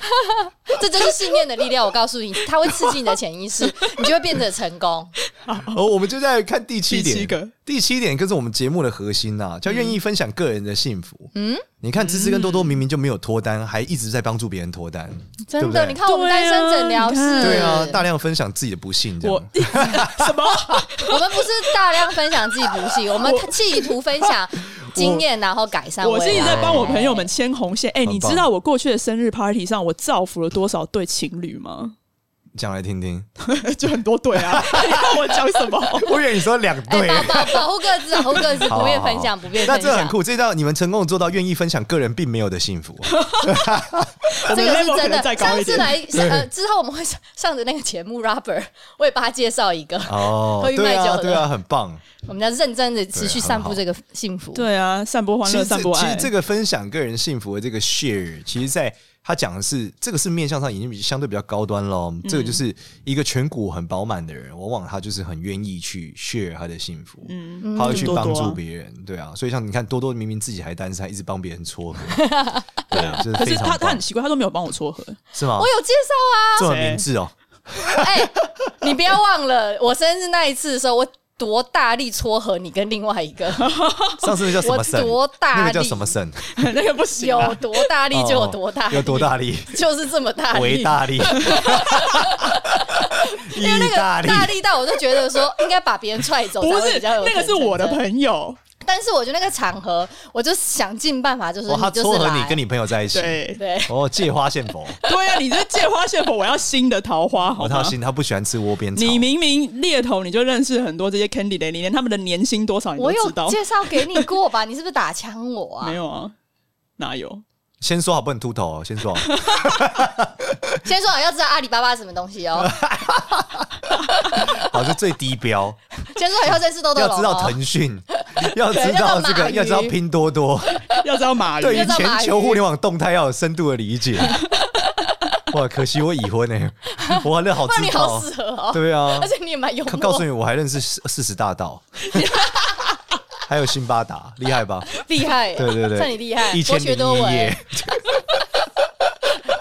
[SPEAKER 2] 这就是信念的力量。我告诉你，它会刺激你的潜 意识，你就会变得成功。
[SPEAKER 3] 而哦我们就在看第七点，
[SPEAKER 1] 第七个
[SPEAKER 3] 第七点更是我们节目的核心呐、叫愿意分享个人的幸福。嗯，你看芝芝跟多多明明就没有脱单，还一直在帮助别人脱单，对
[SPEAKER 2] 真
[SPEAKER 3] 不
[SPEAKER 2] 的，
[SPEAKER 3] 对
[SPEAKER 2] 你看我们单身诊疗室，
[SPEAKER 3] 对啊，大量分享自己的不幸，这
[SPEAKER 1] 我
[SPEAKER 3] 样
[SPEAKER 1] 什 么？
[SPEAKER 2] 我们不是大量分享自己不幸，我们企图分享经验，然后改善未
[SPEAKER 1] 我
[SPEAKER 2] 来。
[SPEAKER 1] 是一直在帮我朋友们牵红线。哎、
[SPEAKER 3] 棒
[SPEAKER 1] 你知道我过去的生日 party 上，我造福了多少对情侣吗？
[SPEAKER 3] 讲来听听。
[SPEAKER 1] 就很多对 啊，你要我讲什 么？
[SPEAKER 3] 我以为你说两
[SPEAKER 2] 哎，
[SPEAKER 3] 对，
[SPEAKER 2] 保保保护 各自，保护各自，
[SPEAKER 3] 好
[SPEAKER 2] 不愿
[SPEAKER 3] 好好
[SPEAKER 2] 分享，不愿
[SPEAKER 3] 那
[SPEAKER 2] 分
[SPEAKER 3] 这很
[SPEAKER 2] 享。
[SPEAKER 3] 酷，这道你们成功地做到愿意分享个人并没有的幸福。
[SPEAKER 1] 我们
[SPEAKER 2] 这个是
[SPEAKER 1] level 可能
[SPEAKER 2] 真的
[SPEAKER 1] 再。高
[SPEAKER 2] 上
[SPEAKER 1] 一
[SPEAKER 2] 次
[SPEAKER 1] 点。
[SPEAKER 2] 来呃之后我们会上上的那个节目 Rubber，我也帮他介绍一个，
[SPEAKER 3] 哦，
[SPEAKER 2] 喝玉麦
[SPEAKER 3] 对
[SPEAKER 2] 酒
[SPEAKER 3] 啊，
[SPEAKER 2] 的
[SPEAKER 3] 对啊，很棒。
[SPEAKER 2] 我们要认真的持续
[SPEAKER 3] 对
[SPEAKER 2] 散
[SPEAKER 3] 很
[SPEAKER 2] 布
[SPEAKER 3] 好
[SPEAKER 2] 这个幸福。
[SPEAKER 1] 对啊，散播欢
[SPEAKER 3] 其
[SPEAKER 1] 乐，
[SPEAKER 3] 实这
[SPEAKER 1] 散播
[SPEAKER 3] 其
[SPEAKER 1] 爱
[SPEAKER 3] 实。这个分享个人幸福的这个 share，其实在他讲的是这个是面向上已经比相对比较高端喽。这个就是一个颧骨很饱满的人，往往他就是很愿意去 share 他的幸福，
[SPEAKER 1] 嗯
[SPEAKER 3] 他会去
[SPEAKER 1] 多多啊
[SPEAKER 3] 帮助别人，对啊。所以像你看多多明明自己还单身，还一直帮别人 撮合，对啊，这
[SPEAKER 1] 可
[SPEAKER 3] 是非
[SPEAKER 1] 是
[SPEAKER 3] 常
[SPEAKER 1] 他他
[SPEAKER 3] 棒
[SPEAKER 1] 很，奇怪，他都没有帮我 撮合。
[SPEAKER 3] 是吗
[SPEAKER 2] 我？有介绍
[SPEAKER 3] 这么
[SPEAKER 1] 谁
[SPEAKER 3] 明智哦，
[SPEAKER 2] 啊，哎、你不要忘了，我生日那一次的时候，我多大力撮合你跟另外一个，
[SPEAKER 3] 上次那叫什么神？
[SPEAKER 2] 我多大力
[SPEAKER 3] 那个叫什么神？
[SPEAKER 1] 那个不行
[SPEAKER 2] 有
[SPEAKER 1] 啊，
[SPEAKER 2] 多大力就有多大
[SPEAKER 3] 哦
[SPEAKER 2] 力，
[SPEAKER 3] 有多大力？
[SPEAKER 2] 就是这么 大
[SPEAKER 3] 维
[SPEAKER 2] 力。
[SPEAKER 3] 大力，意
[SPEAKER 2] 因为那个
[SPEAKER 3] 大利，
[SPEAKER 2] 大力到我就觉得说应该把别人踹走，
[SPEAKER 1] 不
[SPEAKER 2] 才会
[SPEAKER 1] 是
[SPEAKER 2] 比较有
[SPEAKER 1] 那个是我的
[SPEAKER 2] 友，
[SPEAKER 1] 朋友，
[SPEAKER 2] 但是我觉得那个场合，我就想尽办法，就是
[SPEAKER 3] 哦，他
[SPEAKER 2] 你就
[SPEAKER 3] 撮
[SPEAKER 2] 是
[SPEAKER 3] 合
[SPEAKER 2] 来，
[SPEAKER 3] 你跟你朋友在一起，
[SPEAKER 1] 对
[SPEAKER 2] 对，
[SPEAKER 3] 哦，借花献 佛。
[SPEAKER 1] 对啊，你这借花献佛，我要新的桃花，好
[SPEAKER 3] 哦，
[SPEAKER 1] 吗
[SPEAKER 3] 他？行，他不喜欢吃窝边草。
[SPEAKER 1] 你明明猎头你就认识很多这些 candidate，你连他们的年薪多少你
[SPEAKER 2] 我
[SPEAKER 1] 都知
[SPEAKER 2] 有
[SPEAKER 1] 道？
[SPEAKER 2] 介绍给你过吧？你是不是打枪我啊
[SPEAKER 1] 没？有啊？哪有？
[SPEAKER 3] 先说好不能秃头、哦，先说好。
[SPEAKER 2] 先说好要知道阿里巴巴是什么东西哦，
[SPEAKER 3] 好，这最低 标，
[SPEAKER 2] 先说好要认识豆豆
[SPEAKER 3] 要
[SPEAKER 2] 龙
[SPEAKER 3] 知道
[SPEAKER 2] 哦。
[SPEAKER 3] 腾讯，要知
[SPEAKER 2] 对
[SPEAKER 3] 道这
[SPEAKER 2] 要知道马
[SPEAKER 3] 个，
[SPEAKER 2] 云
[SPEAKER 3] 要知道拼多 多，
[SPEAKER 1] 要知道马
[SPEAKER 3] 对
[SPEAKER 1] 云
[SPEAKER 3] 于
[SPEAKER 2] 要知道
[SPEAKER 3] 全
[SPEAKER 2] 马
[SPEAKER 3] 球
[SPEAKER 2] 云
[SPEAKER 3] 互联网动态要有深度的理 解。哇，可惜我已婚呢、我那好
[SPEAKER 2] 哇，
[SPEAKER 3] 知
[SPEAKER 2] 你
[SPEAKER 3] 道
[SPEAKER 2] 好，适合哦，
[SPEAKER 3] 对啊
[SPEAKER 2] 而，且你也蛮幽
[SPEAKER 3] 告
[SPEAKER 2] 默。
[SPEAKER 3] 告诉你，我还认识四四十大 盗，还有辛巴达，厉害吧？
[SPEAKER 2] 厉害，
[SPEAKER 3] 对对 对，
[SPEAKER 2] 算你厉害，
[SPEAKER 3] 一
[SPEAKER 2] 博
[SPEAKER 3] 千
[SPEAKER 2] 学
[SPEAKER 3] 零
[SPEAKER 2] 多
[SPEAKER 3] 一
[SPEAKER 2] 闻
[SPEAKER 3] 夜。。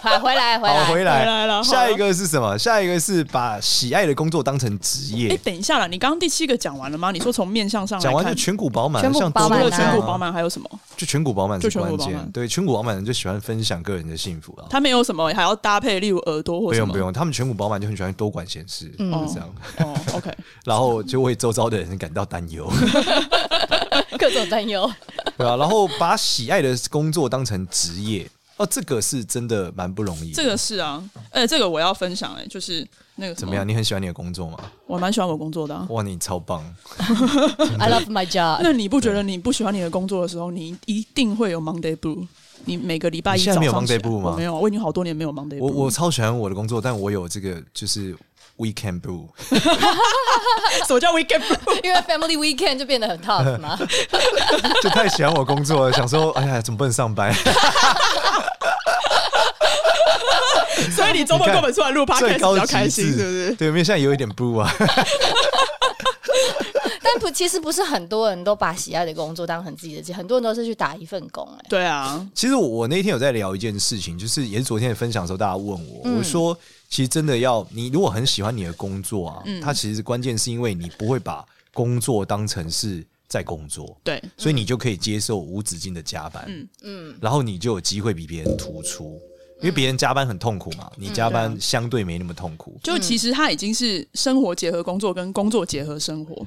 [SPEAKER 2] 好，回来，回来，
[SPEAKER 3] 好，回
[SPEAKER 1] 回
[SPEAKER 3] 来
[SPEAKER 1] 来了
[SPEAKER 3] 下一个是什么？下一个是把喜爱的工作当成职
[SPEAKER 1] 哎、
[SPEAKER 3] 业。
[SPEAKER 1] 等一下啦，你刚刚第七个讲完了吗？你说从面向上来
[SPEAKER 3] 讲完就
[SPEAKER 1] 看
[SPEAKER 3] 颧骨饱满，
[SPEAKER 2] 颧骨
[SPEAKER 3] 像
[SPEAKER 2] 饱
[SPEAKER 1] 除
[SPEAKER 2] 满
[SPEAKER 3] 多
[SPEAKER 1] 了
[SPEAKER 3] 多这样
[SPEAKER 1] 颧
[SPEAKER 3] 啊
[SPEAKER 1] 骨饱，满还有什么？
[SPEAKER 3] 就颧骨饱满
[SPEAKER 1] 就
[SPEAKER 3] 是
[SPEAKER 1] 颧骨
[SPEAKER 3] 关
[SPEAKER 1] 饱
[SPEAKER 3] 键。
[SPEAKER 1] 满
[SPEAKER 3] 对，颧骨饱满的人就喜欢分享个人的幸福啊。
[SPEAKER 1] 他没有什么，还要搭配，例如耳朵或
[SPEAKER 3] 不
[SPEAKER 1] 什
[SPEAKER 3] 用
[SPEAKER 1] 么。
[SPEAKER 3] 不用，他们颧骨饱满就很喜欢多管闲事，
[SPEAKER 2] 嗯
[SPEAKER 3] 就这样，
[SPEAKER 1] 哦，OK，
[SPEAKER 3] 然后就为周遭的人感到 担忧，
[SPEAKER 2] 各种担 忧。
[SPEAKER 3] 对啊，然后把喜爱的工作当成职业，哦，这个是真的蛮不容易的。
[SPEAKER 1] 这个是啊，哎、这个我要分享哎、就是那个什
[SPEAKER 3] 怎么样？？你很喜欢你的工作吗？
[SPEAKER 1] 我蛮喜欢我工作的、啊。
[SPEAKER 3] 哇，你超棒！
[SPEAKER 2] I love my job。
[SPEAKER 1] 那你不觉得你不喜欢你的工作的时候，你一定会有 Monday Blue？你每个礼拜一
[SPEAKER 3] 你
[SPEAKER 1] 早
[SPEAKER 3] 现在
[SPEAKER 1] 上
[SPEAKER 3] 没有
[SPEAKER 1] 起
[SPEAKER 3] Monday Blue 吗
[SPEAKER 1] 我没有，我已经好多年没有 Monday Blue
[SPEAKER 3] 我我超喜欢我的工作，但我有这个就是 weekend blue。
[SPEAKER 1] 什么叫 Weekend Blue？
[SPEAKER 2] 因为 Family Weekend 就变得很 tough 嘛，
[SPEAKER 3] 就太喜欢我工作了，想说，哎呀，怎么不能上 班？
[SPEAKER 1] 所以你周末
[SPEAKER 3] 你看
[SPEAKER 1] 跟我们出来录 podcast
[SPEAKER 3] 最
[SPEAKER 1] 比
[SPEAKER 3] 高
[SPEAKER 1] 较
[SPEAKER 3] 极
[SPEAKER 1] 开心，
[SPEAKER 3] 致，
[SPEAKER 1] 是不是？
[SPEAKER 3] 对，因为现在有一点 blue 啊，
[SPEAKER 2] 但不，其实不是很多人都把喜爱的工作当成自己的职业，很多人都是去打一份工、哎，
[SPEAKER 1] 对啊，
[SPEAKER 3] 其实我我那天有在聊一件事情，就是也是昨天的分享的时候，大家问我，
[SPEAKER 2] 嗯
[SPEAKER 3] 我说其实真的要你如果很喜欢你的工作啊，
[SPEAKER 1] 嗯
[SPEAKER 3] 它其实关键是因为你不会把工作当成是在工作，
[SPEAKER 1] 对，
[SPEAKER 3] 所以你就可以接受无止境的加班，
[SPEAKER 1] 嗯
[SPEAKER 2] 嗯，
[SPEAKER 3] 然后你就有机会比别人突出，因为别人加班很痛苦嘛，
[SPEAKER 1] 嗯
[SPEAKER 3] 你加
[SPEAKER 1] 啊
[SPEAKER 3] 班相对没那么痛苦。
[SPEAKER 1] 就其实它已经是生活结合工作，跟工作结合生活。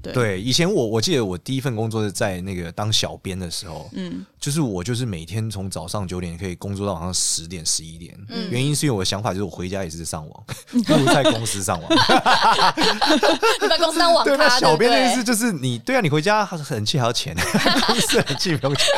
[SPEAKER 3] 对，以前我我记得我第一份工作是在那个当小编的时候，
[SPEAKER 1] 嗯，
[SPEAKER 3] 就是我就是每天从早上九点可以工作到晚上十点十一点，
[SPEAKER 2] 嗯
[SPEAKER 3] 原因是因为我的想法就是我回家也是 上网，不如在公司上网。
[SPEAKER 2] 你把公司当网
[SPEAKER 3] 对，那
[SPEAKER 2] 咖，对
[SPEAKER 3] 小
[SPEAKER 2] 不
[SPEAKER 3] 编的意思
[SPEAKER 2] 对？
[SPEAKER 3] 就是你对啊，你回家很气还要钱， 公司很气不用钱。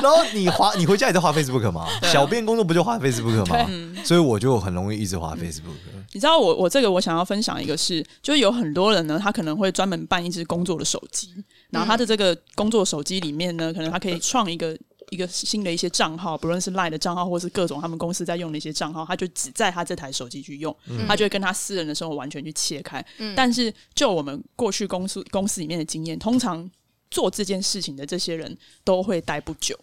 [SPEAKER 3] 然后你划，你回家也在划 Facebook 吗？
[SPEAKER 1] 啊
[SPEAKER 3] 小编工作不就划 Facebook 吗？所以我就很容易一直划 Facebook。
[SPEAKER 1] 你知道我我这个我想要分享一个是，就是有很多人呢，他可能会专门办一只工作的手机，然后他的这个工作手机里面呢，可能他可以创一个一个新的一些账号，不论是 Line 的账号，或是各种他们公司在用的一些账号，他就只在他这台手机去用，他就会跟他私人的生活完全去切开。但是就我们过去公司公司里面的经验，通常做这件事情的这些人都会待不久，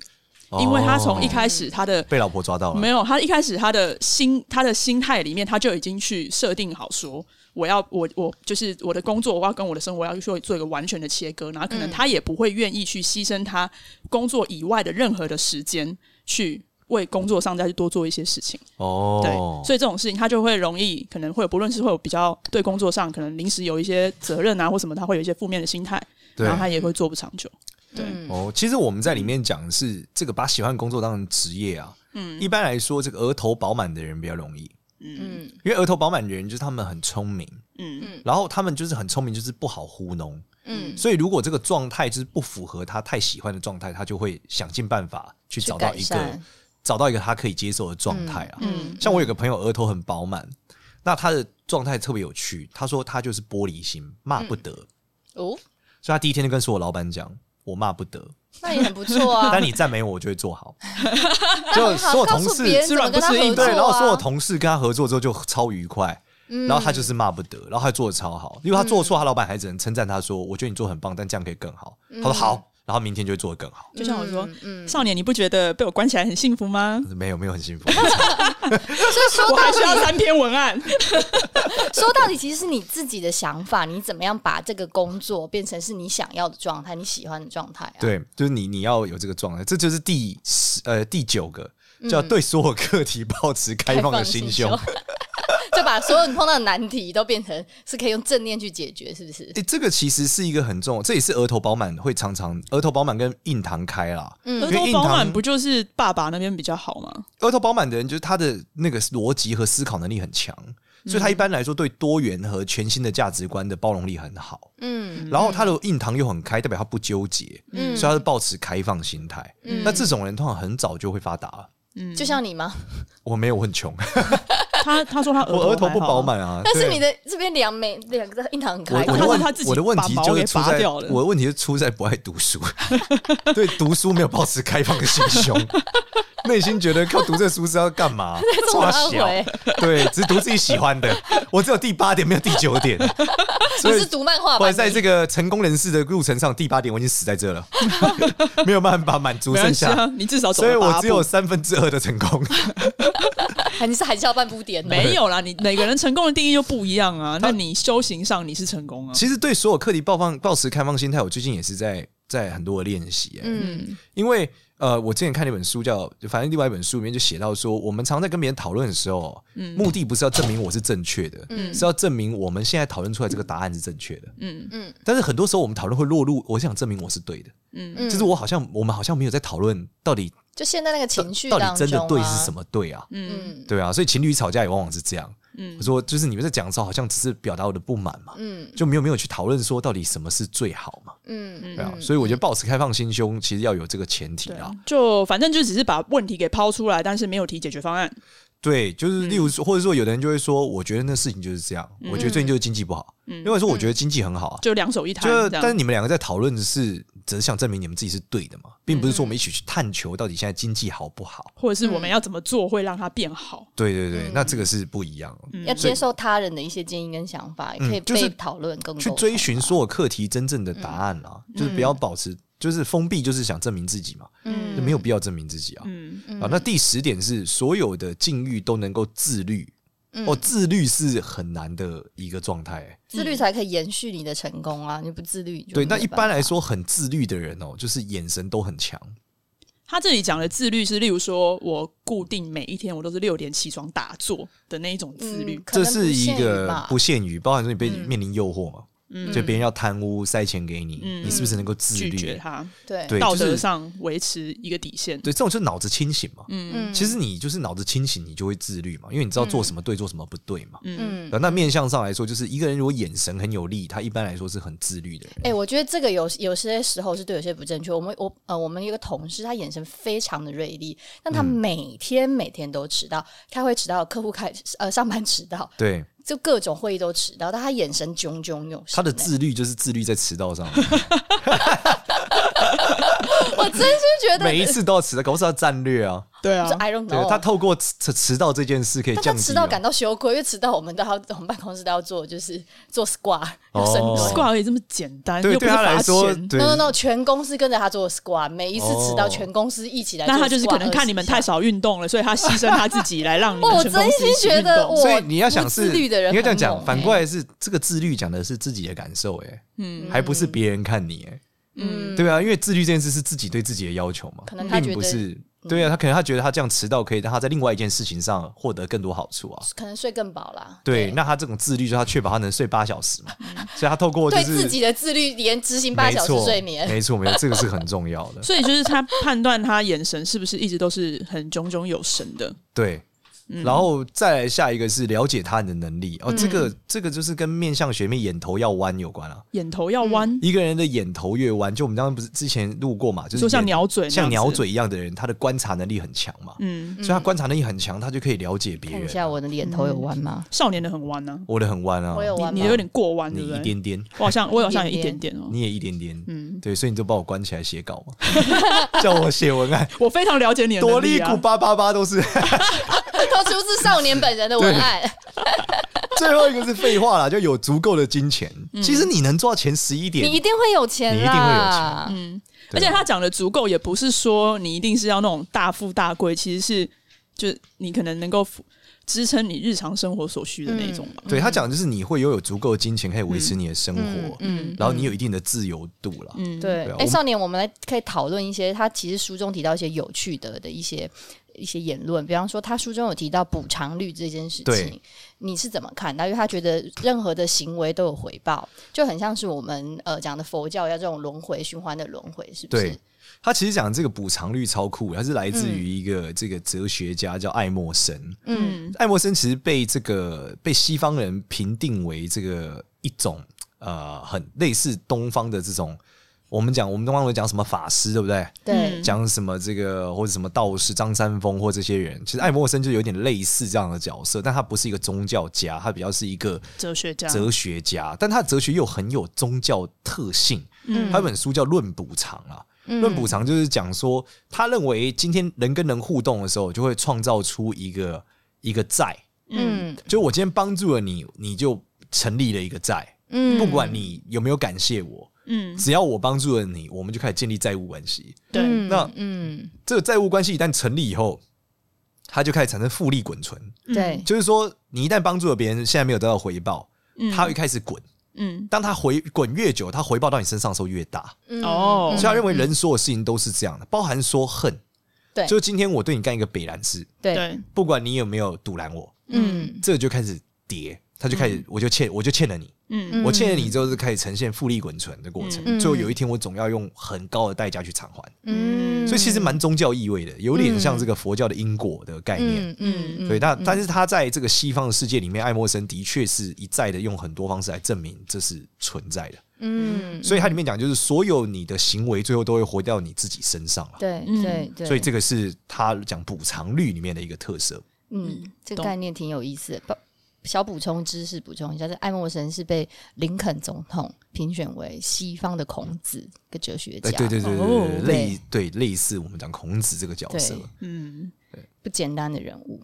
[SPEAKER 1] 嗯因为他从一
[SPEAKER 3] 哦
[SPEAKER 1] 开始他的
[SPEAKER 3] 被老婆抓到了，
[SPEAKER 1] 没有，他一开始他的心他的心态里面，他就已经去设定好说，我要我我就是我的工作，我要跟我的生活要做做一个完全的切割，然后可
[SPEAKER 3] 嗯
[SPEAKER 1] 能他也不会愿意去牺牲他工作以外的任何的时间去。为工作上再去多做一些事情，
[SPEAKER 3] 哦，
[SPEAKER 1] 对，所以这种事情他就会容易，可能会有不论是会有比较对工作上可能临时有一些责任啊或什么，他会有一些负面的心态，
[SPEAKER 3] 对
[SPEAKER 1] 然后他也会做不长久。对
[SPEAKER 2] 嗯
[SPEAKER 3] 哦，其实我们在里面讲的是这个把喜欢的工作当成职业啊。嗯，一般来说，这个额头饱满的人比较容易，
[SPEAKER 2] 嗯
[SPEAKER 3] 因为额头饱满的人就是他们很聪明，
[SPEAKER 1] 嗯
[SPEAKER 3] 然后他们就是很聪明，就是不好糊弄。
[SPEAKER 2] 嗯，
[SPEAKER 3] 所以如果这个状态就是不符合他太喜欢的状态，他就会想尽办法去找到一
[SPEAKER 2] 去改
[SPEAKER 3] 个
[SPEAKER 2] 善
[SPEAKER 3] 找到一个他可以接受的状态啊。
[SPEAKER 1] 嗯
[SPEAKER 3] 像我有个朋友额头很饱满，那他的状态特别有趣，他说他就是玻璃心，骂不得，
[SPEAKER 2] 哦，
[SPEAKER 3] 所以他第一天就跟所有老板讲。我骂不得，
[SPEAKER 2] 那也很不错啊
[SPEAKER 3] 但。你赞美我，我就会 做好。
[SPEAKER 2] 那
[SPEAKER 3] 就
[SPEAKER 2] 很好
[SPEAKER 3] 所有
[SPEAKER 2] 告
[SPEAKER 3] 同
[SPEAKER 2] 诉别
[SPEAKER 3] 事
[SPEAKER 2] 人怎么跟他合作
[SPEAKER 3] 对，
[SPEAKER 2] 啊嗯
[SPEAKER 3] 然后所有同事跟他合作之后就超愉快，然后他就是骂不得，然后他做的超好，因为他做错，他老板还只能称赞他说：“我觉得你做得很棒，但这样可以更好。”
[SPEAKER 2] 嗯
[SPEAKER 3] 他说：“好。”然后明天就会做得更好。
[SPEAKER 1] 就像我说，
[SPEAKER 2] 嗯，嗯
[SPEAKER 1] 少年，你不觉得被我关起来很幸福吗？
[SPEAKER 3] 没有没有很幸福，
[SPEAKER 2] 所以
[SPEAKER 1] 我
[SPEAKER 2] 说
[SPEAKER 1] 还
[SPEAKER 2] 到
[SPEAKER 1] 需要
[SPEAKER 2] 底，
[SPEAKER 1] 三篇文案。
[SPEAKER 2] 说到底，其实是你自己的想法，你怎么样把这个工作变成是你想要的状态，你喜欢的状态啊？
[SPEAKER 3] 对，就是你你要有这个状态，这就是第十呃第九个，叫对所有课题保持开放的心胸。
[SPEAKER 2] 嗯开放的心 胸，就把所有你碰到的难题都变成是可以用正念去解决，是不是？
[SPEAKER 3] 诶，这个其实是一个很重要，这也是额头饱满会常常额头饱满跟印堂开啦。
[SPEAKER 1] 额
[SPEAKER 2] 嗯
[SPEAKER 3] 因为
[SPEAKER 1] 头
[SPEAKER 3] 印
[SPEAKER 1] 饱满
[SPEAKER 3] 堂
[SPEAKER 1] 不就是爸爸那边比较好吗？
[SPEAKER 3] 额头饱满的人，就是他的那个逻辑和思考能力很强，所以他一般来说对多元和全新的价值观的包容力很好。
[SPEAKER 2] 嗯
[SPEAKER 3] 然后他的印堂又很开，代表他不纠结，
[SPEAKER 2] 嗯
[SPEAKER 3] 所以他是保持开放心态。
[SPEAKER 2] 嗯
[SPEAKER 3] 那这种人通常很早就会发达了。
[SPEAKER 2] 就像你吗？
[SPEAKER 3] 啊我没有，我很穷，
[SPEAKER 1] 他他说他额
[SPEAKER 3] 我额头
[SPEAKER 1] 还
[SPEAKER 3] 不
[SPEAKER 1] 好
[SPEAKER 3] 饱
[SPEAKER 1] 吗，
[SPEAKER 3] 满啊。
[SPEAKER 2] 但是
[SPEAKER 3] 对
[SPEAKER 2] 你的这边两眉两个印堂很
[SPEAKER 3] 我
[SPEAKER 2] 开，
[SPEAKER 3] 我
[SPEAKER 1] 他
[SPEAKER 3] 的
[SPEAKER 1] 说
[SPEAKER 3] 问
[SPEAKER 1] 他自己
[SPEAKER 3] 我的问题
[SPEAKER 1] 把毛
[SPEAKER 3] 就是
[SPEAKER 1] 给
[SPEAKER 3] 出
[SPEAKER 1] 拔
[SPEAKER 3] 在
[SPEAKER 1] 掉了
[SPEAKER 3] 我的问题是出在不爱读书， 对读书没有保持开放的心胸， 内心觉得靠读这书是要干 嘛？
[SPEAKER 2] 中
[SPEAKER 3] 抓
[SPEAKER 2] 华安
[SPEAKER 3] 小，
[SPEAKER 2] 回，
[SPEAKER 3] 对，只读自己喜欢的。我只有第八点，没有第九点，
[SPEAKER 2] 你
[SPEAKER 3] 所以
[SPEAKER 2] 是读漫画
[SPEAKER 3] 我
[SPEAKER 2] 吧？
[SPEAKER 3] 在这
[SPEAKER 2] 个
[SPEAKER 3] 个成功人士的路程上，第八点我已经死在这了， 没有办法满足
[SPEAKER 1] 没
[SPEAKER 3] 剩
[SPEAKER 1] 关系
[SPEAKER 3] 下
[SPEAKER 1] 啊，，你至少走
[SPEAKER 3] 所
[SPEAKER 1] 了
[SPEAKER 3] 以我
[SPEAKER 1] 八
[SPEAKER 3] 只有
[SPEAKER 1] 步
[SPEAKER 3] 三分之二的 成功。
[SPEAKER 2] 你是含笑半步癫，
[SPEAKER 1] 没有啦。你每个人成功的定义就不一样啊。那你修行上你是成功啊，
[SPEAKER 3] 其实对所有课题抱放抱持开放心态，我最近也是在在很多的练习、欸，
[SPEAKER 2] 嗯
[SPEAKER 3] 因为呃，我之前看了一本书叫，反正另外一本书里面就写到说，我们常在跟别人讨论的时候，
[SPEAKER 1] 嗯
[SPEAKER 3] 目的不是要证明我是正确的，
[SPEAKER 2] 嗯
[SPEAKER 3] 是要证明我们现在讨论出来这个答案是正确的。
[SPEAKER 1] 嗯
[SPEAKER 2] 嗯
[SPEAKER 3] 但是很多时候我们讨论会落入，我想证明我是对的，
[SPEAKER 1] 嗯，
[SPEAKER 2] 嗯，
[SPEAKER 3] 就是我好像我们好像没有在讨论到底
[SPEAKER 2] 就现在那个情绪
[SPEAKER 3] 到
[SPEAKER 2] 当
[SPEAKER 3] 底
[SPEAKER 2] 中
[SPEAKER 3] 真的对
[SPEAKER 2] 啊
[SPEAKER 3] 是什？么对啊，
[SPEAKER 2] 嗯
[SPEAKER 3] 对啊，所以情侣吵架也往往是这样。我说就是你们在讲的时候，好像只是表达我的不满嘛，
[SPEAKER 2] 嗯
[SPEAKER 3] 就没有没有去讨论说到底什么是最好嘛，
[SPEAKER 2] 嗯
[SPEAKER 3] 对啊，所以我觉得保持开放心胸，其实要有这个前提
[SPEAKER 1] 对
[SPEAKER 3] 啊
[SPEAKER 1] 啊，，就反正就只是把问题给抛出来，但是没有提解决方案。
[SPEAKER 3] 对，
[SPEAKER 2] 嗯
[SPEAKER 3] 就是例如说，或者说有的人就会说，我觉得那事情就是这样，我觉得最近就是经济不好，
[SPEAKER 2] 嗯
[SPEAKER 3] 因为说我觉得经济很好啊，
[SPEAKER 1] 就两手一摊
[SPEAKER 3] 就
[SPEAKER 1] 这
[SPEAKER 3] 但是
[SPEAKER 1] 样。
[SPEAKER 3] 你们两个在讨论的是，只是想证明你们自己是对的嘛，并不是说
[SPEAKER 2] 嗯
[SPEAKER 3] 我们一起去探求到底现在经济好不好。
[SPEAKER 1] 或者是我们要怎么做会让它变好？
[SPEAKER 3] 对对
[SPEAKER 2] 嗯
[SPEAKER 3] 对，那这个是不一样的。
[SPEAKER 1] 嗯
[SPEAKER 2] 要接受他人的一些建议跟想法，也可以
[SPEAKER 3] 嗯就是
[SPEAKER 2] 被讨论更
[SPEAKER 3] 去
[SPEAKER 2] 沟
[SPEAKER 3] 追
[SPEAKER 2] 通
[SPEAKER 3] 寻
[SPEAKER 2] 啊
[SPEAKER 3] 所有课题真正的答案啦、
[SPEAKER 2] 嗯
[SPEAKER 3] 嗯就是不要保持，就是封闭，就是想证明自己嘛，
[SPEAKER 2] 嗯
[SPEAKER 3] 就没有必要证明自己啊。
[SPEAKER 1] 嗯，
[SPEAKER 3] 啊，那第十点是所有的境遇都能够自律。
[SPEAKER 2] 嗯
[SPEAKER 3] 哦，自律是很难的一个状态、欸
[SPEAKER 2] 自律才可以延续你的成功啊！你不自律，
[SPEAKER 3] 对，那一般来，说，很自律的人哦，就是眼神都很强。
[SPEAKER 1] 他这里讲的自律是，例如说我固定每一天我都是六点起床打坐的那一种自律
[SPEAKER 2] 嗯，可
[SPEAKER 3] 这
[SPEAKER 2] 能
[SPEAKER 3] 是一
[SPEAKER 2] 不限于
[SPEAKER 3] 个
[SPEAKER 2] 吧嗯
[SPEAKER 3] 不限于，包含说你被面临诱惑嘛，就别人要贪污塞钱给你，
[SPEAKER 1] 嗯
[SPEAKER 3] 你是不是能够自
[SPEAKER 1] 拒绝
[SPEAKER 3] 律？
[SPEAKER 1] 它，
[SPEAKER 2] 对，
[SPEAKER 3] 对，
[SPEAKER 1] 道
[SPEAKER 3] 就
[SPEAKER 1] 德
[SPEAKER 3] 是
[SPEAKER 1] 上维持一个底线。
[SPEAKER 3] 对，这种就是脑子清醒嘛。
[SPEAKER 2] 嗯
[SPEAKER 3] 其实你就是脑子清醒，你就会自律嘛，因为你知道做什么对，做什么不对嘛。
[SPEAKER 2] 嗯，
[SPEAKER 3] 那面相上来说，就是一个人如果眼神很有力，他一般来说是很自律的人。
[SPEAKER 2] 哎、我觉得这个有有些时候是对，有些不正确。我们我呃，我们有一个同事，他眼神非常的锐利，但
[SPEAKER 3] 嗯
[SPEAKER 2] 他每天、每天都迟到，开会迟到，客户开呃上班迟到，
[SPEAKER 3] 对，
[SPEAKER 2] 就各种会议都迟到，但他眼神炯炯有神、
[SPEAKER 3] 他的
[SPEAKER 2] 欸
[SPEAKER 3] 自律就是自律在迟到上。
[SPEAKER 2] 我真真心觉得
[SPEAKER 3] 每一次都要迟到，搞不是要战略 啊。
[SPEAKER 1] 对
[SPEAKER 2] 就
[SPEAKER 1] 啊
[SPEAKER 2] 是，I don't
[SPEAKER 3] 对，
[SPEAKER 2] know。
[SPEAKER 3] 他透过迟迟到这件事可以
[SPEAKER 2] 哦但他
[SPEAKER 3] 降低哦
[SPEAKER 2] 迟到
[SPEAKER 3] 了
[SPEAKER 2] 感到羞愧，因为迟到我们都要，我们办公室都要做，就是做 squat 要
[SPEAKER 3] 哦
[SPEAKER 2] 深蹲。
[SPEAKER 1] 挂而已这么简单，
[SPEAKER 3] 对
[SPEAKER 1] 又不
[SPEAKER 3] 对
[SPEAKER 1] 是
[SPEAKER 3] 他来
[SPEAKER 1] 罚
[SPEAKER 3] 说，
[SPEAKER 1] 钱。
[SPEAKER 3] 对
[SPEAKER 2] No No No，全公司跟着他做 squat，每一次迟到，
[SPEAKER 3] 哦
[SPEAKER 2] 全公司一起来做 squat 20下。
[SPEAKER 1] 那他就是可能看你们太少运动了，所以他牺牲他自己来让你
[SPEAKER 2] 哦
[SPEAKER 1] 们
[SPEAKER 2] 我
[SPEAKER 1] 全公司
[SPEAKER 2] 真
[SPEAKER 1] 一
[SPEAKER 2] 心
[SPEAKER 1] 起
[SPEAKER 2] 觉
[SPEAKER 1] 运
[SPEAKER 2] 得
[SPEAKER 1] 动。
[SPEAKER 2] 我
[SPEAKER 3] 所以你要想是，
[SPEAKER 2] 不自律的人
[SPEAKER 3] 你要这样
[SPEAKER 2] 很
[SPEAKER 3] 讲，
[SPEAKER 2] 猛欸
[SPEAKER 3] 反过来是这个自律讲的是自己的感受、欸，
[SPEAKER 1] 嗯
[SPEAKER 3] 还不是别人看你、欸，
[SPEAKER 2] 嗯，
[SPEAKER 3] 对啊，因为自律这件事是自己对自己的要求嘛，
[SPEAKER 2] 可能他
[SPEAKER 3] 并
[SPEAKER 2] 觉
[SPEAKER 3] 不
[SPEAKER 2] 得嗯
[SPEAKER 3] 是，对啊，他可能他觉得他这样迟到可以让他在另外一件事情上获得更多好处啊。
[SPEAKER 2] 可能睡更饱啦。
[SPEAKER 3] 对，那他这种自律，就是他确保他能睡八小时嘛， 所以他透过
[SPEAKER 2] 嗯
[SPEAKER 3] 就
[SPEAKER 2] 对
[SPEAKER 3] 是
[SPEAKER 2] 自己的自律，连执行八
[SPEAKER 3] 没
[SPEAKER 2] 小时
[SPEAKER 3] 错
[SPEAKER 2] 睡眠，
[SPEAKER 3] 没错，没错，这个是很重要 的。
[SPEAKER 1] 所以就是他判断他眼神是不是一直都是很炯炯有神的。
[SPEAKER 3] 对，
[SPEAKER 2] 嗯
[SPEAKER 3] 然后再来下一个是了解他人的能力哦，这
[SPEAKER 2] 嗯
[SPEAKER 3] 个这个就是跟面相学面眼头要弯有关啊。
[SPEAKER 1] 眼头要弯，
[SPEAKER 3] 一个人的眼头越弯，就我们刚刚不是之前录过嘛，就
[SPEAKER 1] 你
[SPEAKER 3] 是
[SPEAKER 1] 说像
[SPEAKER 3] 眼
[SPEAKER 1] 鸟嘴，
[SPEAKER 3] 像鸟，嘴一样的人，他的观察能力很强嘛，
[SPEAKER 1] 嗯，
[SPEAKER 3] 所以他观察能力很强，他就可以了解别
[SPEAKER 2] 看一
[SPEAKER 3] 人。
[SPEAKER 2] 下我的脸头有弯 吗？
[SPEAKER 1] 少年的很弯呢、
[SPEAKER 3] 我的很弯啊，
[SPEAKER 2] 我有
[SPEAKER 1] 啊，
[SPEAKER 2] 弯
[SPEAKER 1] 你
[SPEAKER 2] 吗
[SPEAKER 1] 你？有点过弯，对
[SPEAKER 3] 你
[SPEAKER 1] 不
[SPEAKER 3] 一
[SPEAKER 1] 对？
[SPEAKER 3] 点点，
[SPEAKER 1] 我好像我好像有
[SPEAKER 2] 一
[SPEAKER 1] 一
[SPEAKER 2] 点
[SPEAKER 1] 点点哦。
[SPEAKER 3] 你也一点点，
[SPEAKER 1] 嗯
[SPEAKER 3] 对，所以你就把我关起来写稿 嘛， 叫我写文案，
[SPEAKER 1] 我非常了解你的
[SPEAKER 3] 多
[SPEAKER 1] 能力
[SPEAKER 3] 利
[SPEAKER 1] 啊
[SPEAKER 3] 古八八八都是。
[SPEAKER 2] 都出自少年本人的文案，
[SPEAKER 3] 最后一个是废话啦，就有足够的金钱。
[SPEAKER 1] 嗯
[SPEAKER 3] 其实你能做到前十一
[SPEAKER 2] 你一
[SPEAKER 3] 点，
[SPEAKER 2] 定会有钱
[SPEAKER 3] 你一定会有
[SPEAKER 2] 啦。
[SPEAKER 1] 嗯，而
[SPEAKER 3] 对啊
[SPEAKER 1] 且他讲的足够，也不是说你一定是要那种大富大贵，其实是就是你可能能够付支撑你日常生活所需的那种吧。
[SPEAKER 3] 对他讲的就是你会拥有足够的金钱，
[SPEAKER 1] 嗯
[SPEAKER 3] 可以维持你的生活，
[SPEAKER 2] 嗯，
[SPEAKER 3] 然后你有一定的自由度啦。
[SPEAKER 1] 嗯，
[SPEAKER 2] 对
[SPEAKER 3] 对啊，
[SPEAKER 2] 哎，
[SPEAKER 3] 我
[SPEAKER 2] 少年，我们来可以讨论一些，他其实书中提到一些有趣的的一些一些言论，比方说他书中有提到补偿率这件事情
[SPEAKER 3] 对，
[SPEAKER 2] 你是怎么看的？因为他觉得任何的行为都有回报，就很像是我们呃讲的佛教要这种轮回循环的轮回，是不是
[SPEAKER 3] 对？他其实讲这个补偿率超酷，它是来自
[SPEAKER 1] 嗯
[SPEAKER 3] 于一个这个哲学家叫爱默生。
[SPEAKER 2] 嗯
[SPEAKER 3] 爱默生其实被这个被西方人评定为这个一种呃很类似东方的这种，我们讲我们东方人讲什么法师对不对？
[SPEAKER 2] 对，
[SPEAKER 3] 讲什么这个或者什么道士张三丰或这些人，其实爱默生就有点类似这样的角色，但他不是一个宗教家，他比较是一个
[SPEAKER 1] 哲学家，
[SPEAKER 3] 哲学家，但他的哲学又很有宗教特性。
[SPEAKER 2] 嗯
[SPEAKER 3] 他有本书叫《论补偿》啊，《论补偿》就是讲说，他认为今天人跟人互动的时候，就会创造出一个一个债，
[SPEAKER 1] 嗯，
[SPEAKER 2] 嗯
[SPEAKER 3] 就我今天帮助了你，你就成立了一个债，
[SPEAKER 2] 嗯
[SPEAKER 3] 不管你有没有感谢我，
[SPEAKER 1] 嗯，
[SPEAKER 3] 只要我帮助了你，我们就开始建立债务关系。
[SPEAKER 1] 对，
[SPEAKER 2] 嗯
[SPEAKER 3] 那
[SPEAKER 2] 嗯
[SPEAKER 3] 这个债务关系一旦成立以后，它就开始产生复利滚存，
[SPEAKER 1] 嗯
[SPEAKER 2] 对
[SPEAKER 3] 就是说，你一旦帮助了别人，现在没有得到回报，
[SPEAKER 1] 嗯
[SPEAKER 3] 它会开始滚。
[SPEAKER 1] 嗯，
[SPEAKER 3] 当它回滚越久，它回报到你身上的时候越大。
[SPEAKER 2] 嗯
[SPEAKER 1] 哦
[SPEAKER 3] 所以他认为人所有事情都是这样的，包含说恨。
[SPEAKER 2] 对
[SPEAKER 3] 就是今天我对你干一个北兰事，
[SPEAKER 2] 对
[SPEAKER 1] 对，
[SPEAKER 3] 不管你有没有阻拦我，
[SPEAKER 2] 嗯
[SPEAKER 3] 这个就开始跌，他就开始，我就欠，我就欠了你，
[SPEAKER 1] 嗯
[SPEAKER 2] 嗯
[SPEAKER 3] 我欠了你之后是开始呈现复利滚存的过程，
[SPEAKER 2] 嗯
[SPEAKER 3] 最后有一天我总要用很高的代价去偿还，
[SPEAKER 2] 嗯
[SPEAKER 3] 所以其实蛮宗教意味的，有点像这个佛教的因果的概念。
[SPEAKER 2] 嗯嗯嗯
[SPEAKER 3] 对，那但是他在这个西方的世界里面，爱默生的确是一再的用很多方式来证明这是存在的，
[SPEAKER 2] 嗯
[SPEAKER 3] 所以它里面讲就是所有你的行为最后都会回到你自己身上了。
[SPEAKER 2] 对
[SPEAKER 1] 嗯
[SPEAKER 2] 对对，
[SPEAKER 3] 所以这个是他讲补偿率里面的一个特色。
[SPEAKER 2] 嗯，这个
[SPEAKER 1] 懂
[SPEAKER 2] 概念挺有意思的。不小补充知识补充一下，这爱默生是被林肯总统评选为西方的孔子一个哲学家，
[SPEAKER 3] 哎，对对对对
[SPEAKER 1] 哦
[SPEAKER 3] 对，类对类似我们讲孔子这个角色
[SPEAKER 2] 对，
[SPEAKER 1] 嗯，
[SPEAKER 2] 不简单的人物。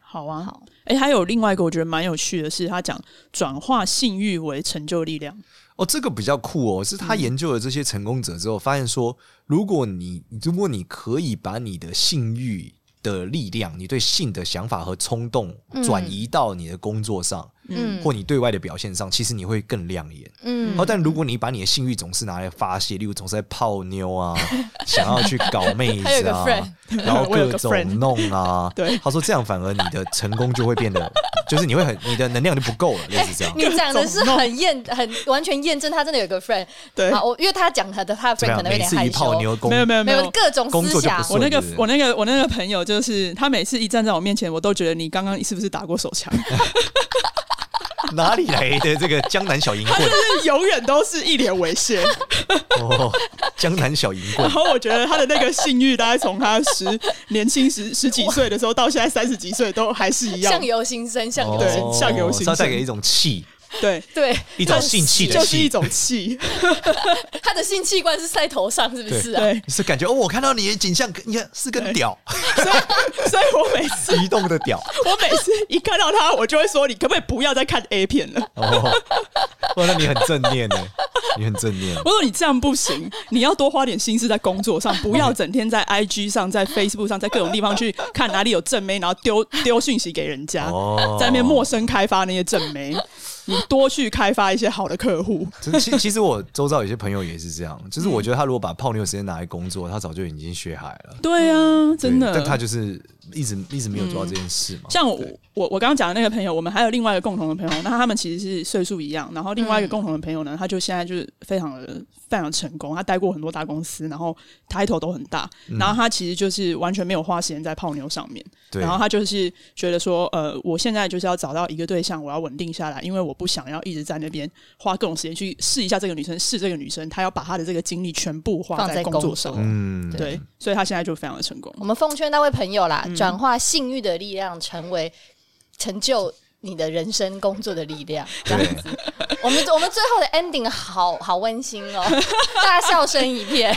[SPEAKER 1] 好啊。
[SPEAKER 2] 好，
[SPEAKER 1] 哎、还有另外一个我觉得蛮有趣的是，他讲转化性欲为成就力量。
[SPEAKER 3] 哦，这个比较酷哦，是他
[SPEAKER 2] 嗯
[SPEAKER 3] 研究了这些成功者之后，发现说，如果你如果你可以把你的性欲的力量，你对性的想法和冲动
[SPEAKER 2] 嗯
[SPEAKER 3] 转移到你的工作上，
[SPEAKER 2] 嗯
[SPEAKER 3] 或你对外的表现上，其实你会更亮眼。
[SPEAKER 2] 嗯
[SPEAKER 3] 哦，但如果你把你的性欲总是拿来发泄，例如总是在泡妞啊， 想要去搞妹
[SPEAKER 2] 还有一
[SPEAKER 3] 子
[SPEAKER 2] 个
[SPEAKER 3] 啊
[SPEAKER 2] friend，
[SPEAKER 3] 然后
[SPEAKER 1] 我有
[SPEAKER 3] 各
[SPEAKER 1] 个
[SPEAKER 3] 种
[SPEAKER 1] friend
[SPEAKER 3] 弄啊，
[SPEAKER 1] 对
[SPEAKER 3] 他说这样反而你的成功就会变得，就是你会很你的能量就不够了，类似这 样。
[SPEAKER 2] 你讲的是很验，很完全验证他真的有个 friend
[SPEAKER 1] 对，
[SPEAKER 2] 啊，我因为他讲他的他的
[SPEAKER 3] 怎
[SPEAKER 2] friend
[SPEAKER 3] 么
[SPEAKER 2] 可能有
[SPEAKER 3] 样？每
[SPEAKER 2] 点
[SPEAKER 3] 次
[SPEAKER 2] 害
[SPEAKER 3] 一泡
[SPEAKER 2] 羞，
[SPEAKER 3] 妞工
[SPEAKER 1] 没有没有
[SPEAKER 2] 没
[SPEAKER 1] 没
[SPEAKER 2] 有
[SPEAKER 1] 有，
[SPEAKER 2] 各种
[SPEAKER 3] 工
[SPEAKER 2] 思
[SPEAKER 3] 作就
[SPEAKER 2] 想
[SPEAKER 3] 不，
[SPEAKER 1] 我那个
[SPEAKER 3] 顺是不是
[SPEAKER 1] 我那个我那个朋友，就是他每次一站在我面前，我都觉得你刚刚是不是打过手枪？
[SPEAKER 3] 哪里来的这个江南小淫棍？
[SPEAKER 1] 就是永远都是一脸猥 亵。
[SPEAKER 3] 哦，江南小淫
[SPEAKER 1] 然
[SPEAKER 3] 棍，
[SPEAKER 1] 后我觉得他的那个性欲，大概从他十年轻 十十几岁的时候到现在三十几岁，都还是一样
[SPEAKER 3] 哦
[SPEAKER 2] 相。由心生，相由
[SPEAKER 1] 对
[SPEAKER 2] 心生。
[SPEAKER 1] 相由心
[SPEAKER 3] 它带
[SPEAKER 1] 生
[SPEAKER 3] 给一种气，
[SPEAKER 1] 对，
[SPEAKER 2] 对，
[SPEAKER 3] 一种性气的
[SPEAKER 1] 就是一
[SPEAKER 3] 气，
[SPEAKER 1] 种气，
[SPEAKER 2] 他的性器官是在头上，是不是啊？
[SPEAKER 1] 对，
[SPEAKER 3] 是感觉哦，我看到你的景象，你看是根屌，
[SPEAKER 1] 所以所以我每次
[SPEAKER 3] 移动的屌。
[SPEAKER 1] 我每次一看到他，我就会说，你可不可以不要再看 A 片了？
[SPEAKER 3] 哦，哇，那你很正念呢，你很正念。
[SPEAKER 1] 我说你这样不行，你要多花点心思在工作上，不要整天在 IG 上、在 Facebook 上、在各种地方去看哪里有正妹，然后丢丢讯息给人家，
[SPEAKER 3] 哦
[SPEAKER 1] 在那边陌生开发那些正妹。你多去开发一些好的客户，
[SPEAKER 3] 其实其实我周遭有些朋友也是这样，就是我觉得他如果把泡妞的时间拿来工作，他早就已经学海了。
[SPEAKER 1] 对啊，真的。
[SPEAKER 3] 对但他就是一直一直没有做到这件事嘛。
[SPEAKER 1] 像我
[SPEAKER 3] 对
[SPEAKER 1] 我我刚刚讲的那个朋友，我们还有另外一个共同的朋友，那他们其实是岁数一样，然后另外一个共同的朋友呢，他就现在就是非常的非常成功，他待过很多大公司，然后 title 都很大，
[SPEAKER 3] 嗯
[SPEAKER 1] 然后他其实就是完全没有花时间在泡妞上面，
[SPEAKER 3] 对
[SPEAKER 1] 然后他就是觉得说，呃，我现在就是要找到一个对象，我要稳定下来，因为我不想要一直在那边花各种时间去试一下这个女生，试这个女生，他要把他的这个精力全部花
[SPEAKER 2] 放在
[SPEAKER 1] 工
[SPEAKER 2] 工
[SPEAKER 1] 作
[SPEAKER 2] 作
[SPEAKER 1] 上，
[SPEAKER 3] 嗯，
[SPEAKER 1] 对，所以他现在就非常的成功。
[SPEAKER 2] 我们奉劝那位朋友啦，转化性欲的力量，成为成就你的人生工作的力量。这样
[SPEAKER 3] 对，
[SPEAKER 2] 我们我们最后的 ending 好好温馨哦，大家笑声一片。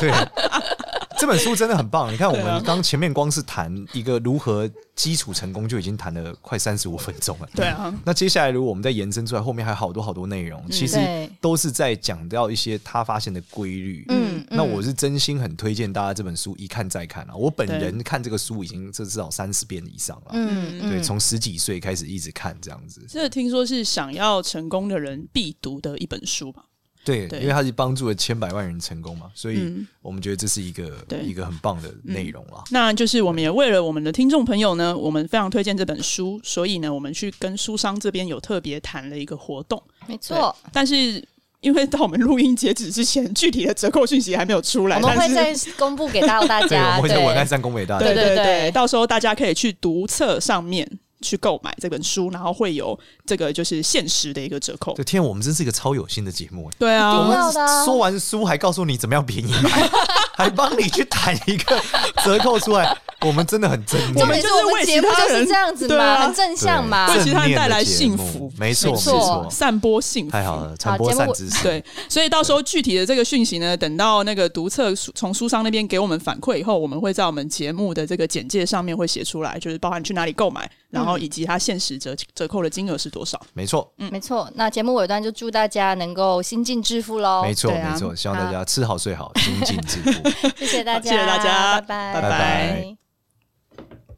[SPEAKER 3] 对，这本书真的很棒。你看，我
[SPEAKER 1] 对啊
[SPEAKER 3] 们刚前面光是谈一个如何基础成功，就已经谈了快三十五分钟了。
[SPEAKER 1] 对啊，嗯
[SPEAKER 3] 那接下来如果我们再延伸出来，后面还有好多好多内容，其实
[SPEAKER 2] 对
[SPEAKER 3] 都是在讲到一些他发现的规律。
[SPEAKER 2] 嗯
[SPEAKER 3] 那我是真心很推荐大家这本书一看再看啊！我本
[SPEAKER 1] 对
[SPEAKER 3] 人看这个书已经这至少三十遍以上了。
[SPEAKER 2] 嗯
[SPEAKER 3] 对，从十几岁开始一直看这样子，
[SPEAKER 1] 这听说是想要成功的人必读的一本书吧？
[SPEAKER 3] 对，
[SPEAKER 1] 对嗯
[SPEAKER 3] 因为它是帮助了千百万人成功嘛，所以我们觉得这是一个、
[SPEAKER 1] 对嗯
[SPEAKER 3] 一个很棒的内容啊啦。
[SPEAKER 1] 那就是我们也为了我们的听众朋友呢，我们非常推荐这本书，所以呢，我们去跟书商这边有特别谈了一个活动。
[SPEAKER 2] 没
[SPEAKER 1] 对
[SPEAKER 2] 错，，
[SPEAKER 1] 但是因为到我们录音截止之前，具体的折扣讯息还没有出来，
[SPEAKER 2] 哦我们
[SPEAKER 1] 但
[SPEAKER 2] 会
[SPEAKER 1] 是
[SPEAKER 2] 再公布给到大
[SPEAKER 3] 对，我
[SPEAKER 2] 家。
[SPEAKER 3] 们会在文案
[SPEAKER 2] 对，
[SPEAKER 3] 上公布给大家
[SPEAKER 1] 对。对
[SPEAKER 2] 对对
[SPEAKER 1] 到时候大家可以去读册上面去购买这本书，然后会有这个就是限时的一个折扣
[SPEAKER 3] 对，。天啊，我们真是一个超有心的节目欸。
[SPEAKER 1] 对
[SPEAKER 2] 一
[SPEAKER 1] 啊，
[SPEAKER 2] 定要的啊
[SPEAKER 3] 说完书还告诉你怎么样便宜买， 还帮你去谈一个折扣出来，我们真的很正
[SPEAKER 2] 重
[SPEAKER 1] 我
[SPEAKER 2] 点
[SPEAKER 1] 们
[SPEAKER 3] 面。
[SPEAKER 2] 是
[SPEAKER 1] 就是
[SPEAKER 2] 我们
[SPEAKER 1] 为
[SPEAKER 2] 节目
[SPEAKER 1] 其他
[SPEAKER 2] 就是
[SPEAKER 1] 人
[SPEAKER 2] 这样子
[SPEAKER 1] 对
[SPEAKER 2] 嘛，
[SPEAKER 1] 啊
[SPEAKER 2] 很正向嘛。
[SPEAKER 1] 对为其他人
[SPEAKER 3] 正面
[SPEAKER 1] 带
[SPEAKER 3] 的
[SPEAKER 1] 来
[SPEAKER 3] 节
[SPEAKER 1] 幸
[SPEAKER 3] 目
[SPEAKER 1] 福
[SPEAKER 3] 没错
[SPEAKER 2] 没
[SPEAKER 3] 没
[SPEAKER 2] 错
[SPEAKER 3] 错，
[SPEAKER 1] 散播幸福，
[SPEAKER 3] 太好了，传播
[SPEAKER 2] 节目
[SPEAKER 3] 善
[SPEAKER 2] 我
[SPEAKER 3] 知识。
[SPEAKER 1] 对，所以到时候具体的这个讯息呢，等到那个读册书从书商那边给我们反馈以后，我们会在我们节目的这个简介上面会写出来，就是包含去哪里购买，然后以及它限时折折扣的金额是多少。
[SPEAKER 3] 没错，
[SPEAKER 2] 没错，那节目尾端就祝大家能够心境致富喽！
[SPEAKER 3] 没错，
[SPEAKER 1] 对啊
[SPEAKER 3] 没错，希望大家吃好睡好，精进致富。
[SPEAKER 2] 谢谢大家，
[SPEAKER 1] 好谢谢大家
[SPEAKER 2] 拜
[SPEAKER 1] 拜
[SPEAKER 3] 拜拜